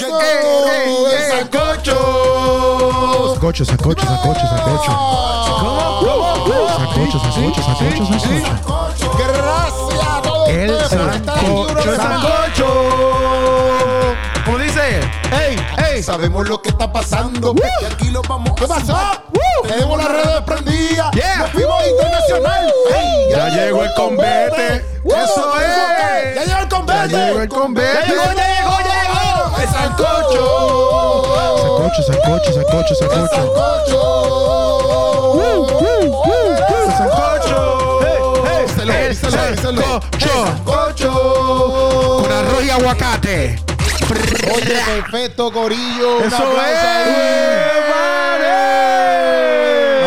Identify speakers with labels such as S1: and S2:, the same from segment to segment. S1: Eh,
S2: sacocho, sacocho, sacocho, sacocho.
S1: ¿Cómo? ¿Cómo?
S2: Sacocho, sacocho, sacocho, sacocho.
S1: Gracias a todos
S2: El
S1: ustedes por estar
S2: sancocho,
S1: en Duro de
S2: el
S1: Matar.
S3: ¡Sancocho! ¿Cómo dice?
S1: ¡Ey! ¡Ey! Sabemos lo que está pasando. porque aquí lo vamos ¿Qué pasó? Tenemos las redes prendidas.
S3: Yeah.
S1: Nos fuimos
S3: Woo.
S1: internacional. Ey,
S3: Ya llegó el convete. Eso es.
S1: ¡Ya llegó el convete!
S3: Ya llegó el convete.
S1: ¡Ya llegó, ya llegó, ya llegó!
S3: El
S1: sancocho!
S2: Sacocho, sacocho, sacocho,
S1: ¡El
S2: sacocho.
S1: sancocho!
S3: ¡Sancocho!
S1: Hey, hey, díselo,
S3: El
S1: díselo, díselo.
S3: sancocho.
S1: El sancocho.
S3: Con arroz y aguacate.
S1: Oye, perfecto, Corillo. Un
S3: ¡Eso
S1: aplauso ahí. Un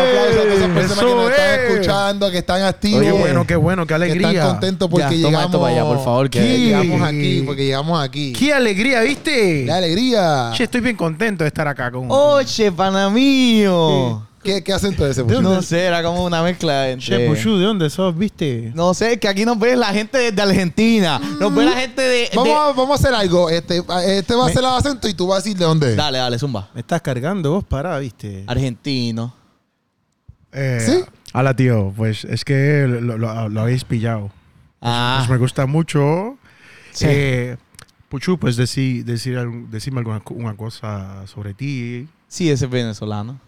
S1: aplauso a todas
S3: es!
S1: esas personas que nos están escuchando, que están activos.
S2: Qué bueno, qué bueno, qué
S1: que
S2: alegría.
S1: están contentos porque
S4: Ya, toma
S1: llegamos.
S4: esto para allá, por favor, que-
S1: aquí,
S4: que-
S1: llegamos aquí, porque llegamos aquí.
S2: ¡Qué alegría, viste!
S1: La alegría.
S2: Che, estoy bien contento de estar acá con
S4: Oye, pana mío.
S1: ¿Qué, ¿Qué acento es ese,
S4: No
S1: muchacho?
S4: sé, era como una mezcla
S5: Che,
S4: entre...
S5: Puyú, ¿de dónde sos? ¿Viste?
S4: No sé, que aquí nos ve la gente de de Argentina. Nos ve la gente de... de-
S1: Vamos, a, vamos a hacer algo. Este, este va a
S5: Me-
S1: hacer el acento y tú vas a decir de dónde es.
S4: Dale, dale, zumba.
S5: Me estás cargando vos, pará, ¿viste?
S4: Argentino.
S2: Eh,
S1: ¿Sí?
S2: Hola, tío. Pues es que lo, lo- lo habéis pillado. Pues
S4: Ah,
S2: me gusta mucho.
S4: Sí.
S2: Eh, Puchu, pues decí- decir, algún- decirme alguna co- una cosa sobre ti.
S4: sí, ese es venezolano.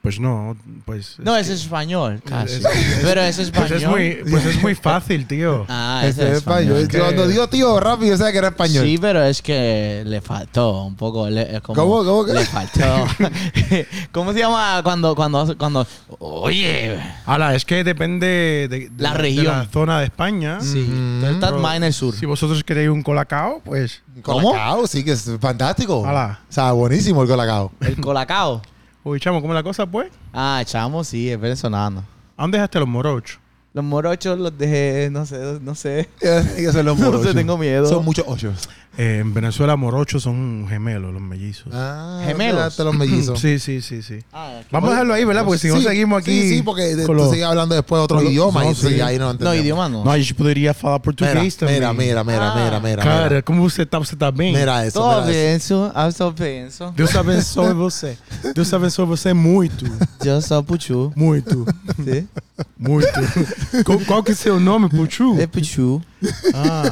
S2: Pues no, pues...
S4: No,
S2: es,
S4: ese es español, casi.
S2: Es- es-
S4: Pero ese es español.
S2: pues es muy, pues es muy fácil, tío.
S4: Ah,
S1: Ese
S4: ese es español.
S1: español.
S2: que-
S1: Cuando digo tío rápido, o sea que era español.
S4: Sí, pero es que le faltó un poco. le- es como-
S1: ¿Cómo? ¿Cómo que?
S4: Le faltó. ¿Cómo se llama cuando, cuando, cuando. Oye,
S2: Ahora, es que depende de, de-
S4: La
S2: de
S4: región.
S2: la zona de España.
S4: sí.
S1: Mm.
S4: tú estás más en el sur.
S2: Si vosotros queréis un colacao, pues...
S4: ¿Cómo?
S1: Colacao, sí, que es fantástico.
S2: Ala.
S1: O sea, buenísimo el colacao.
S4: El Colacao.
S2: Uy, chamo, ¿cómo es la cosa, pues?
S4: Ah, chamo, sí, es venezolano.
S2: ¿A dónde dejaste los morochos?
S4: Los morochos los dejé, no sé, no sé.
S1: Yo se los
S4: No
S1: morochos.
S4: sé, tengo miedo.
S1: Son muchos ochos.
S2: Eh, en Venezuela, morochos son gemelos, los mellizos.
S1: Ah,
S4: Gemelos.
S1: hasta los mellizos.
S2: Sí, sí, sí, sí.
S4: Ah, qué-
S2: Vamos a dejarlo ahí, ¿verdad? Porque si no
S1: Sí,
S2: seguimos aquí.
S1: Sí, sí, porque de-
S2: con
S1: tú
S2: los-
S1: sigues hablando después otro
S2: con los-
S1: idioma
S2: no,
S1: y sí,
S2: sí.
S1: ahí no
S4: no,
S1: entendemos.
S4: idioma no.
S2: No, yo poderia falar
S1: Mira,
S2: português também.
S1: mira, mira, mira,
S4: Ah,
S1: mira, mira.
S2: Cara, como você tá, você tá bem?
S1: mira. Mira eso,
S4: Todo
S1: mira eso.
S4: pienso, ah, todo pienso.
S5: Deus abençoe você. Deus abençoe você muito,
S4: Yo soy Puchu.
S5: muito,
S4: ¿Sí?
S5: muito. Qual, qual que é seu nome, Puchu?
S2: Eh,
S4: Es Puchu.
S5: Ah,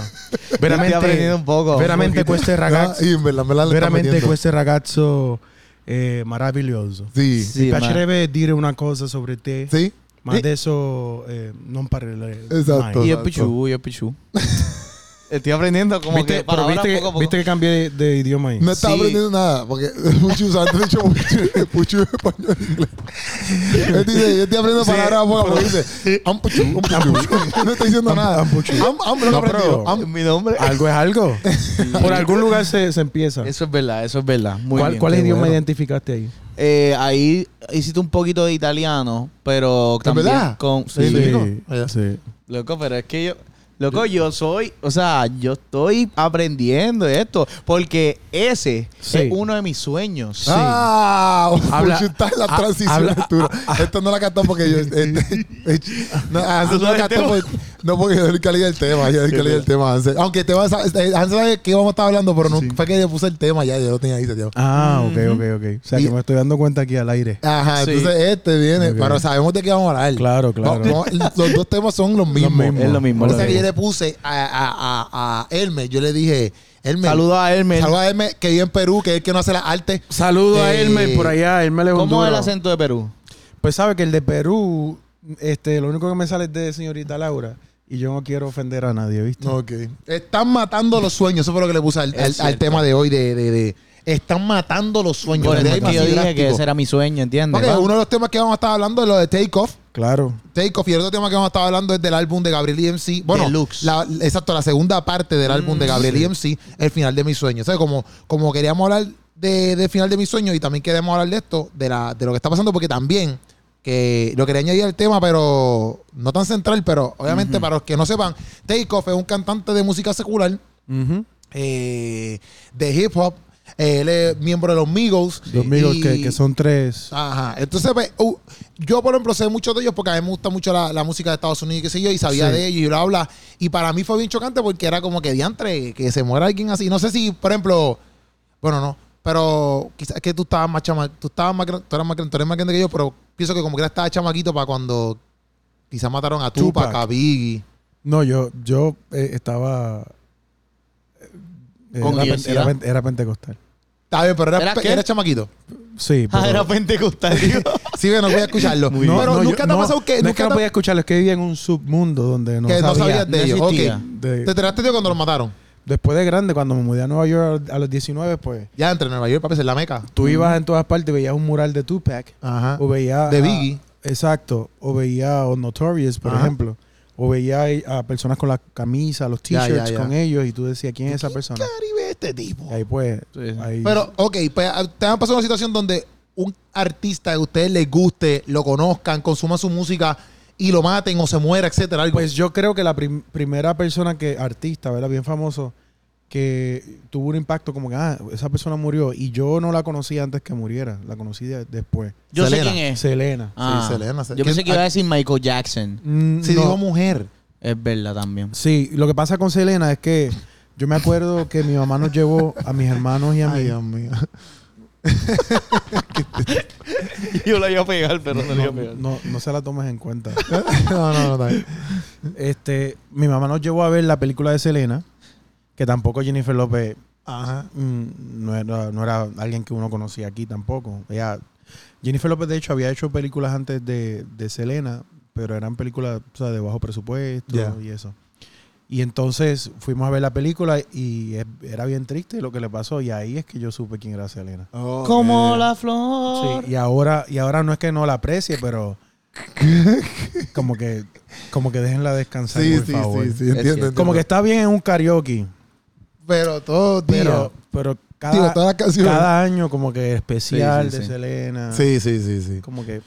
S4: Estoy aprendiendo un poco.
S5: veramente con este
S1: Ah,
S5: ragazzo,
S1: y en verdad, en verdad le está
S5: veramente
S1: metiendo.
S5: com este ragazzo eh, maravilhoso.
S1: Sí, sí.
S4: Sí,
S5: Mi
S4: ma-
S5: piacerebbe dire una cosa sobre te, ma
S4: Sì.
S5: adesso eh, non parlerei
S1: Esatto.
S5: mai.
S4: Y es Pichu, y es Pichu. Estoy aprendiendo como
S5: Viste,
S4: que
S5: pero
S4: palabras
S5: viste, que-
S4: poco a poco.
S5: viste que cambié de, de idioma ahí.
S1: No está
S4: Sí.
S1: aprendiendo nada, porque Puchu usaba antes dicho Puchu, Puchu en español en inglés. Él dice, yo estoy aprendiendo palabras poco a poco. Dice, am Puchu, am Puchu. No está diciendo nada. Am Puchu. Am, am, lo
S5: No,
S1: que aprendió.
S5: pero- Ah,
S1: Am-
S4: Mi nombre.
S5: Algo es algo. Por algún lugar se, se empieza.
S4: Eso es verdad, eso es verdad. Muy
S5: ¿Cuál,
S4: bien,
S5: cuál
S4: qué
S5: idioma
S4: bueno.
S5: identificaste ahí?
S4: Eh, ahí hiciste un poquito de italiano, pero también
S1: verdad?
S4: con sí, loco, pero es que yo loco, yo soy, o sea, yo estoy aprendiendo esto porque ese
S5: Sí.
S4: es uno de mis sueños.
S1: Ah,
S5: Habla-
S1: Puchu está en la
S5: ha- Ah,
S1: transición
S5: habla-
S1: dura. Esto no la cantó porque yo. este, no, Hansel no la
S4: Habla del
S1: cantó porque, no porque yo le calí el tema. Yo le calí el tema, Hansel. Aunque te vas a. eh, Hansel sabe que íbamos a estar hablando, pero no, fue que yo puse el tema ya. Yo lo tenía ahí, tío.
S5: Ah, ok, ok, ok. O sea,
S1: Y-
S5: que me estoy dando cuenta aquí al aire.
S1: Ajá,
S4: Sí.
S1: entonces este viene,
S5: Ok.
S1: pero sabemos de qué vamos a hablar.
S5: Claro, claro.
S1: Vamos- vamos- los dos temas son los mismos.
S5: mismos.
S4: Es lo mismo,
S1: O
S4: es
S1: sea,
S4: lo
S1: que yo
S4: mismo.
S1: le puse a, a, a, a Hermes, yo le dije, Hermes,
S4: Saludo a Hermes.
S1: saluda a Hermes, que vive en Perú, que es el que no hace las artes.
S5: Saludo a
S1: Eh,
S5: Hermes por allá. Hermes le
S4: ¿Cómo es el acento de Perú?
S5: Pues sabe que el de Perú, este, lo único que me sale es de señorita Laura. Y yo no quiero ofender a nadie, ¿viste?
S1: Ok. Están matando los sueños, eso fue lo que le puse al,
S4: Es
S1: al- al
S4: cierto.
S1: tema de hoy, de, de, de- están matando los sueños.
S4: Por
S1: De
S4: eso
S1: ahí
S4: es que yo
S1: más
S4: dije que
S1: drástico.
S4: ese era mi sueño, ¿entiendes? Ah,
S1: Ok,
S4: Va.
S1: uno de los temas que vamos a estar hablando es lo de Take Off.
S5: Claro.
S1: Take Off y el otro tema que vamos a estar hablando es del álbum de Gabriel EMC. Bueno,
S4: Deluxe.
S1: la- exacto, la segunda parte del álbum de Gabriel EMC, El final de mis sueños. O sea, como, como queríamos hablar de, del final de mis sueños y también queremos hablar de esto, de, la, de lo que está pasando, porque también que lo quería añadir al tema, pero no tan central, pero obviamente para los que no sepan, Take Off es un cantante de música secular eh, de hip hop. Eh, Él es miembro de los Migos.
S5: Los amigos
S1: y-
S5: que, que son tres.
S1: Ajá. Entonces, pues, uh, yo, por ejemplo, sé mucho de ellos porque a mí me gusta mucho la, la música de Estados Unidos y qué sé yo, y sabía
S5: Sí.
S1: de ellos y bla, bla. Y para mí fue bien chocante porque era como que diantre, que se muera alguien así. No sé si, por ejemplo, bueno, no. Pero quizás es que tú estabas más chama, tú estabas más, gran- tú eras más, gran- tú eres más grande que yo, pero pienso que como que era estaba chamaquito para cuando quizás mataron a Tupac,
S5: Tupac.
S1: a Biggie.
S5: No, yo, yo eh, estaba. eh,
S4: Con
S5: era, pen-
S4: diversidad.
S5: era pen- era pentecostal.
S1: Está bien, pero
S4: ¿Era
S1: era, pe-
S4: qué?
S1: era chamaquito.
S5: Sí, pero-
S4: Ah, era pentecostal, digo.
S1: Sí, que no podía escucharlo.
S5: Muy bien.
S1: pero
S5: No,
S1: nunca
S5: yo-
S1: te ha
S5: no,
S1: pasado que.
S5: No
S1: nunca
S5: es que no
S1: te-
S5: podía escucharlo, es que vivía en un submundo donde no
S1: Que no
S5: sabía.
S1: sabías de
S4: no
S1: ellos.
S4: existía.
S1: Ok.
S5: De-
S1: ¿Te enteraste de cuando los mataron?
S5: después de grande, cuando me mudé a Nueva York a los 19, pues
S1: Ya entre Nueva York, papi, esa es la meca.
S5: tú ibas en todas partes y veías un mural de Tupac.
S1: Ajá.
S5: O veía.
S1: Ah, De
S5: a-
S1: Biggie.
S5: exacto. O veía a Notorious, por
S1: Ajá.
S5: ejemplo. O veía a personas con las camisas, los
S1: Ya,
S5: t-shirts
S1: ya, ya.
S5: con ellos y tú decías, ¿quién es esa persona?
S1: Caribe este tipo.
S5: Y ahí pues. ahí-
S1: Pero, ok, pues te han pasado una situación donde un artista que a ustedes les guste, lo conozcan, consuman su música y lo maten o se muera, etcétera. Algo.
S5: Pues yo creo que la prim- primera persona que, artista, ¿verdad? Bien famoso, que tuvo un impacto como que, ah, esa persona murió y yo no la conocí antes que muriera, la conocí de- después.
S4: Yo
S1: Selena.
S4: sé quién es.
S5: Selena.
S4: Ah,
S1: Selena, Sel-
S4: Yo pensé
S1: ¿Quién-
S4: que iba a decir Michael Jackson.
S5: Mm,
S1: si
S5: no.
S1: dijo mujer.
S4: Es verdad también.
S5: Sí, lo que pasa con Selena es que yo me acuerdo que mi mamá nos llevó a mis hermanos y a mí.
S1: mío.
S4: Yo la iba a pegar, pero no, la iba
S5: no,
S4: a pegar.
S5: no- no se la tomes en cuenta.
S1: no, no, no. está bien.
S5: Este, mi mamá nos llevó a ver la película de Selena, que tampoco Jennifer López
S1: Ajá.
S5: Mm, no, era, no era alguien que uno conocía aquí tampoco. Ella- Jennifer López, de hecho, había hecho películas antes de, de Selena, pero eran películas o sea, de bajo presupuesto
S1: Ya.
S5: y eso. Y entonces fuimos a ver la película y es- era bien triste lo que le pasó y ahí es que yo supe quién era Selena.
S4: Como
S1: Ok.
S4: la flor.
S5: Sí, y ahora, y ahora no es que no la aprecie, pero como que, como que déjenla descansar,
S1: Sí,
S5: por
S1: sí, sí,
S5: favor.
S1: sí, entiendo,
S4: cierto.
S1: entiendo.
S5: Como que está bien en un karaoke,
S1: Pero todo, tío.
S5: pero, pero cada,
S1: Tío, todas las canciones.
S5: cada año como que especial
S4: Sí, sí,
S5: de
S4: sí.
S5: Selena.
S1: Sí, sí, sí, sí.
S5: Como que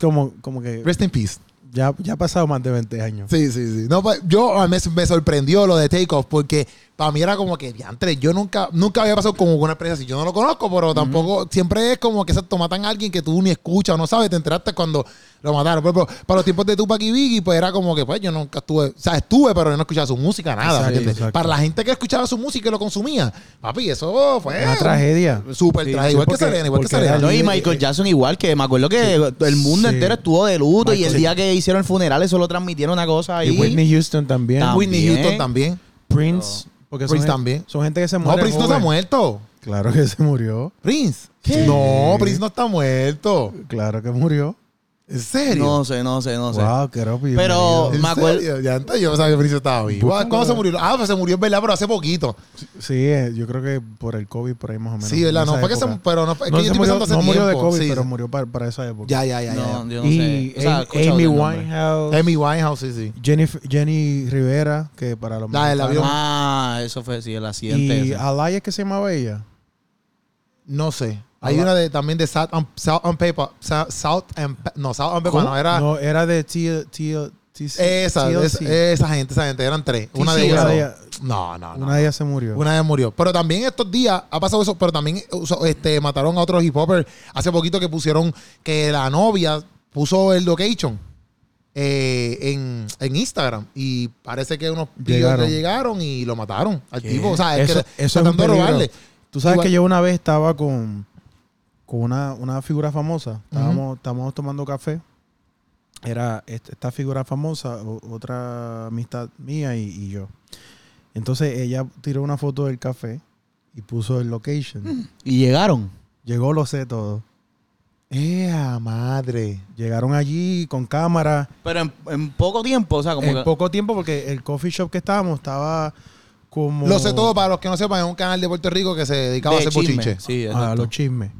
S5: como como que
S1: Rest in peace.
S5: ya, ya ha pasado más de 20 años.
S1: Sí, sí, sí. No, pues, yo ah, me, me sorprendió lo de Takeoff porque para mí era como que, diantre, yo nunca nunca había pasado como una experiencia así. Yo no lo conozco, pero tampoco, siempre es como que se tomatan a alguien que tú ni escuchas o no sabes, te enteraste cuando lo mataron. Pero, pero para los tiempos de Tupac y Biggie, pues era como que, pues yo nunca estuve, o sea, estuve, pero yo no escuchaba su música, nada.
S5: Exacto,
S1: ¿entiendes?
S5: exacto.
S1: Para la gente que escuchaba su música y lo consumía, papi, eso fue.
S5: Una tragedia.
S1: Súper
S5: Sí,
S1: tragedia.
S5: sí,
S1: Igual que
S5: porque-
S1: Selena, igual que
S5: porque era
S1: Selena.
S4: No, y
S5: Eh,
S4: Michael
S5: eh,
S4: Jackson igual, que me acuerdo que el mundo
S5: Sí.
S4: entero estuvo de luto y el
S5: Michael-
S4: día que hicieron el funeral eso lo transmitieron una cosa ahí.
S5: Y Whitney Houston también,
S4: Tam-
S1: Whitney
S4: también.
S1: Houston también.
S5: Prince, porque
S1: Prince
S5: son, gen-
S1: también.
S5: son gente que se
S1: No,
S5: muere.
S1: Prince no se ha
S5: joven.
S1: muerto.
S5: Claro que se murió.
S1: Prince. No, Prince no está muerto.
S5: Claro que murió.
S1: ¿En serio?
S4: No sé, no sé, no sé.
S5: Wow, qué rápido.
S4: Pero-
S5: bienvenido.
S1: ¿En
S4: me acuerdo-
S1: serio? Ya antes yo sabía que Prince estaba vivo. Ah,
S5: Búscalo.
S1: ¿Cuándo se murió? Ah, pues se murió, en verdad, pero hace poquito.
S5: Sí, eh, yo creo que por el COVID por ahí más o menos.
S1: sí, ¿verdad?
S5: en
S1: No,
S5: esa
S1: fue que se,
S5: época.
S1: pero no, es que yo
S5: No se
S1: estoy
S5: murió,
S1: pensando hace
S5: no
S1: tiempo.
S5: murió de COVID,
S1: sí.
S5: pero murió para, para esa época.
S1: Ya, ya, ya.
S4: No, yo no
S5: y
S4: sé. O sea, he
S5: Amy-
S4: escuchado
S5: Amy
S4: del nombre.
S5: Winehouse,
S1: ya. Amy Winehouse, sí, sí.
S5: Jennifer- Jenny Rivera, que para los
S1: La del avión.
S5: mexicanos-
S4: Ah, eso fue sí, el accidente.
S5: Y
S4: ese.
S5: Alaya que se llamaba ella.
S1: No sé. Hay
S5: Ah,
S1: una de, también de South on, South on Paper. South, South and Pa- no, South on Paper no, era...
S5: No, era de T- T- T-
S1: Esa, eh,
S5: TLC.
S1: esa, esa gente, esa gente. Eran tres. Una
S5: sí,
S1: de ellas.
S5: una de
S1: no.
S5: ellas.
S1: No, no, no.
S5: Una de ellas se murió.
S1: Una vez murió. Pero también estos días ha pasado eso, pero también eh, uso- este, mataron a otros hip hopper hace poquito que pusieron que la novia puso el location eh, en, en Instagram y parece que unos pillos
S5: Llegaron.
S1: le llegaron y lo mataron al
S5: ¿Qué?
S1: tipo. O sea, es
S5: Eso-
S1: que
S5: eso es un
S1: tratando de
S5: peligro.
S1: robarle.
S5: Tú sabes
S1: Igual-
S5: que yo una vez estaba con, con una, una figura famosa. Estábamos, estábamos tomando café. Era est- esta figura famosa, o- otra amistad mía y, y yo. Entonces ella tiró una foto del café y puso el location.
S4: Y llegaron.
S5: Llegó, lo sé todo.
S1: ¡Ea madre!
S5: Llegaron allí con cámara.
S4: Pero en, en poco tiempo, o sea, como
S5: en
S4: que-
S5: poco tiempo porque el coffee shop que estábamos estaba como
S1: Lo sé todo para los que no sepan, es un canal de Puerto Rico que se dedicaba
S4: de
S1: a hacer
S4: chisme.
S1: bochinche.
S4: Sí,
S5: a
S4: exacto.
S5: Ah, los chismes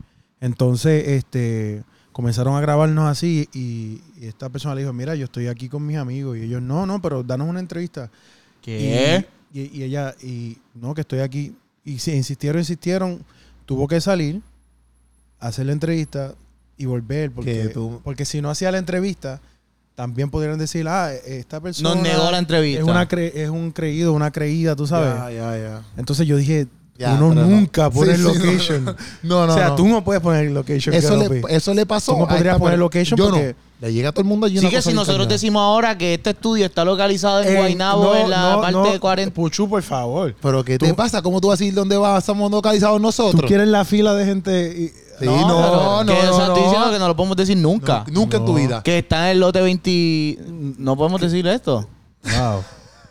S5: entonces este comenzaron a grabarnos así y, y esta persona le dijo mira yo estoy aquí con mis amigos y ellos no no pero danos una entrevista
S4: ¿Qué?
S5: y, y- y ella y no que estoy aquí y si insistieron insistieron tuvo que salir hacer la entrevista y volver porque
S1: Que tú-
S5: porque si no hacía la entrevista también podrían decir ah esta persona
S4: Nos negó la entrevista.
S5: es, una cre- es un creído, una creída, tú sabes.
S1: Ya, ya, ya.
S5: Entonces yo dije,
S1: Ya,
S5: uno
S1: pero no.
S5: nunca
S1: Sí,
S5: pone
S1: sí, no.
S5: location.
S1: No, no,
S5: o sea,
S1: no.
S5: tú no puedes poner location.
S1: eso, le,
S5: Keropi.
S1: eso le pasó.
S5: Tú no
S1: a
S5: podrías
S1: esta-
S5: poner location
S1: Yo
S5: porque-
S1: no. Le llega a todo el mundo allí
S4: Sí
S1: una
S4: que
S1: cosa
S4: si
S1: bien
S4: nosotros
S1: cañona.
S4: decimos ahora que este estudio está localizado en
S5: Eh,
S4: Guaynabo,
S5: no,
S4: en la
S5: no,
S4: parte
S5: no,
S4: de 40...
S5: Puchu, por favor.
S1: Pero ¿qué te
S5: Tú-
S1: pasa? ¿Cómo tú vas a decir dónde vas? Estamos localizados
S5: Tú
S1: nosotros.
S5: quieres la fila de gente. y-
S1: Sí, no, no,
S4: pero- que, o
S1: no,
S4: sea, estoy
S1: no.
S4: diciendo que no lo podemos decir nunca.
S1: Nunca en tu vida.
S4: Que está en el lote 20... No podemos decir esto.
S5: Wow.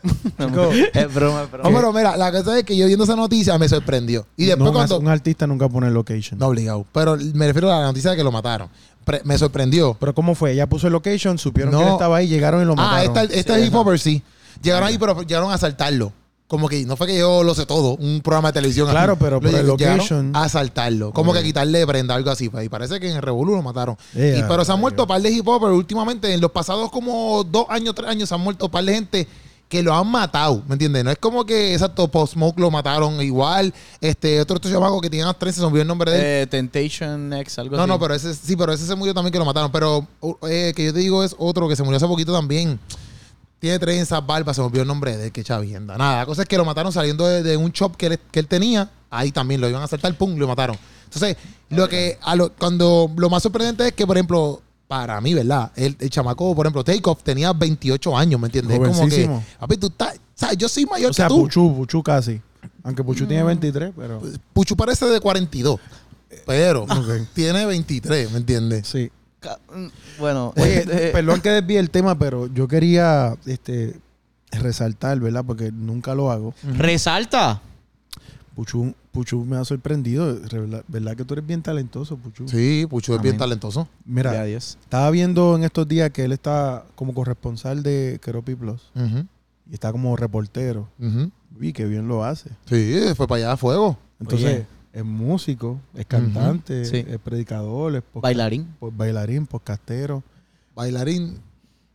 S5: Chico,
S4: es broma, es
S1: No,
S4: broma.
S1: pero mira, la cosa es que yo viendo esa noticia me sorprendió. Y después
S5: no, un
S1: cuando...
S5: as- Un artista nunca pone location.
S1: No obligado. Pero me refiero a la noticia de que lo mataron. Pre- me sorprendió.
S5: Pero ¿cómo fue? Ella puso el location, supieron
S1: No.
S5: que él estaba ahí, llegaron y lo
S1: Ah,
S5: mataron. Ah,
S1: esta, esta es hypocrisy. Llegaron ahí, pero llegaron a asaltarlo. Como que no fue que yo lo sé todo, un programa de televisión.
S5: Claro,
S1: así.
S5: pero
S1: Lo
S5: por el
S1: llegaron
S5: location.
S1: A asaltarlo. Como que quitarle prenda, algo así. pues, Y parece que en el Revolú lo mataron.
S5: Yeah,
S1: Y- pero se han
S5: my
S1: muerto
S5: God.
S1: par de hip hopers últimamente. En los pasados como dos años, tres años, se han muerto par de gente que lo han matado, ¿me entiendes? No es como que, exacto, Post Smoke lo mataron igual. Este, otro estos chamacos que tenían 13, se me olvidó el nombre de él.
S4: Eh, Temptation X, algo
S1: No,
S4: así.
S1: no, pero ese sí, pero ese se murió también que lo mataron. Pero uh, eh, que yo te digo es otro que se murió hace poquito también. Tiene trenzas, barba, se me olvidó el nombre de él, que chavienda. Nada, la cosa es que lo mataron saliendo de, de un shop que él, que él tenía. Ahí también lo iban a asaltar, pum, lo mataron. Entonces, lo que a lo, cuando lo más sorprendente es que, por ejemplo, para mí, ¿verdad? El, el chamaco, por ejemplo, Takeoff tenía 28 años, ¿me entiendes? Es Como que,
S5: Jovencísimo.
S1: papi, tú estás, ¿sabes? Yo soy mayor
S5: O sea,
S1: que tú. Pues, Puchu.
S5: Puchu, Puchu casi. Aunque Puchu tiene 23, pero.
S1: parece de 42, pero tiene 23, ¿me entiendes?
S5: Sí.
S4: Ca- mm, Bueno,
S5: Oye,
S4: eh,
S5: perdón que desvíe el tema, pero yo quería este, resaltar, ¿verdad? Porque nunca lo hago.
S4: resalta.
S5: Puchu, Puchu me ha sorprendido. ¿Verdad, verdad que tú eres bien talentoso, Puchu?
S1: Sí, Puchu es bien
S5: Amén.
S1: talentoso.
S5: Mira,
S4: Ya, adiós.
S5: estaba viendo en estos días que él está como corresponsal de Keropi Plus
S1: Ujú,
S5: y está como reportero.
S1: ujú.
S5: Vi que bien lo hace.
S1: Sí, fue para allá a fuego.
S5: Entonces,
S4: Oye.
S5: es músico, es cantante,
S4: Sí.
S5: es predicador, es podca-
S4: Bailarín.
S5: po- bailarín, podcastero.
S1: Bailarín.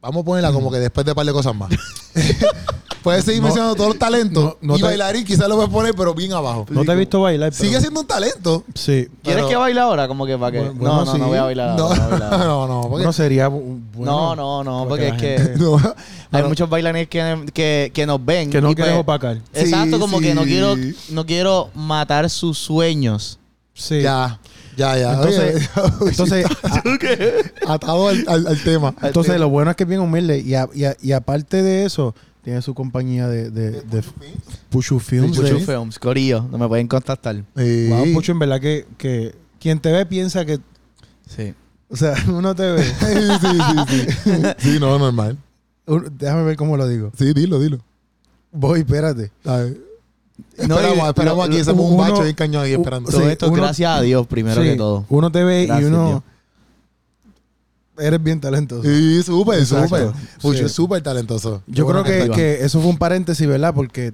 S1: Vamos a ponerla como que después de un par de cosas más. Puedes seguir mencionando todos los talentos.
S5: no- no
S1: y
S5: te-
S1: bailarín quizás lo puedes poner, pero bien abajo.
S5: No te he visto bailar, pero-
S1: Sigue siendo un talento.
S5: Sí.
S4: ¿Quieres
S1: Pero-
S4: que baile ahora? Como que para que...
S5: Bueno,
S4: no, no,
S5: sí.
S4: no voy a bailar ahora. No,
S1: No,
S4: voy a bailar ahora.
S1: no, no. porque-
S5: Bueno, sería bu- bueno,
S4: no, no, no,
S5: porque
S4: porque
S5: la
S4: es que...
S1: no,
S4: Hay muchos bailarines que, que, que nos ven.
S5: que no
S4: y
S5: quieres
S4: pues-
S5: opacar.
S1: Sí,
S4: Exacto, como que no
S1: sí.
S4: quiero, no quiero matar sus sueños.
S5: Sí.
S1: Ya, ya, ya.
S5: Entonces,
S1: Oye,
S5: entonces, ah,
S1: atado al, al- al tema.
S5: entonces lo bueno es que es bien humilde y, a- y a- y aparte de eso, tiene su compañía de, de, de Puchu Films.
S4: Puchu
S5: de-
S4: Films, Corillo, no me pueden contactar.
S1: Sí.
S5: Wow, Puchu, en verdad que, que quien te ve piensa que,
S4: Sí.
S5: o sea, uno te ve.
S1: Sí, sí, sí, sí. Sí, no, normal.
S5: Un- déjame ver cómo lo digo.
S1: Sí, dilo, dilo.
S5: Voy, espérate.
S1: A ver.
S4: No,
S1: esperamos,
S4: y-
S1: esperamos
S5: lo-
S1: aquí,
S5: lo-
S1: hacemos un
S5: uno-
S1: bacho bien cañón ahí
S5: u-
S1: esperando.
S5: sí.
S4: Todo esto
S5: uno-
S4: gracias a Dios, primero
S5: Sí,
S4: que todo.
S5: Uno te ve
S4: Gracias,
S5: y uno
S4: Dios.
S5: eres bien talentoso.
S1: Sí, súper,
S5: Exacto.
S1: súper. Pucho
S5: Sí.
S1: es súper talentoso.
S5: Yo
S4: Qué
S5: creo
S4: buena
S5: que,
S4: gente,
S5: que eso fue un paréntesis, ¿verdad? Porque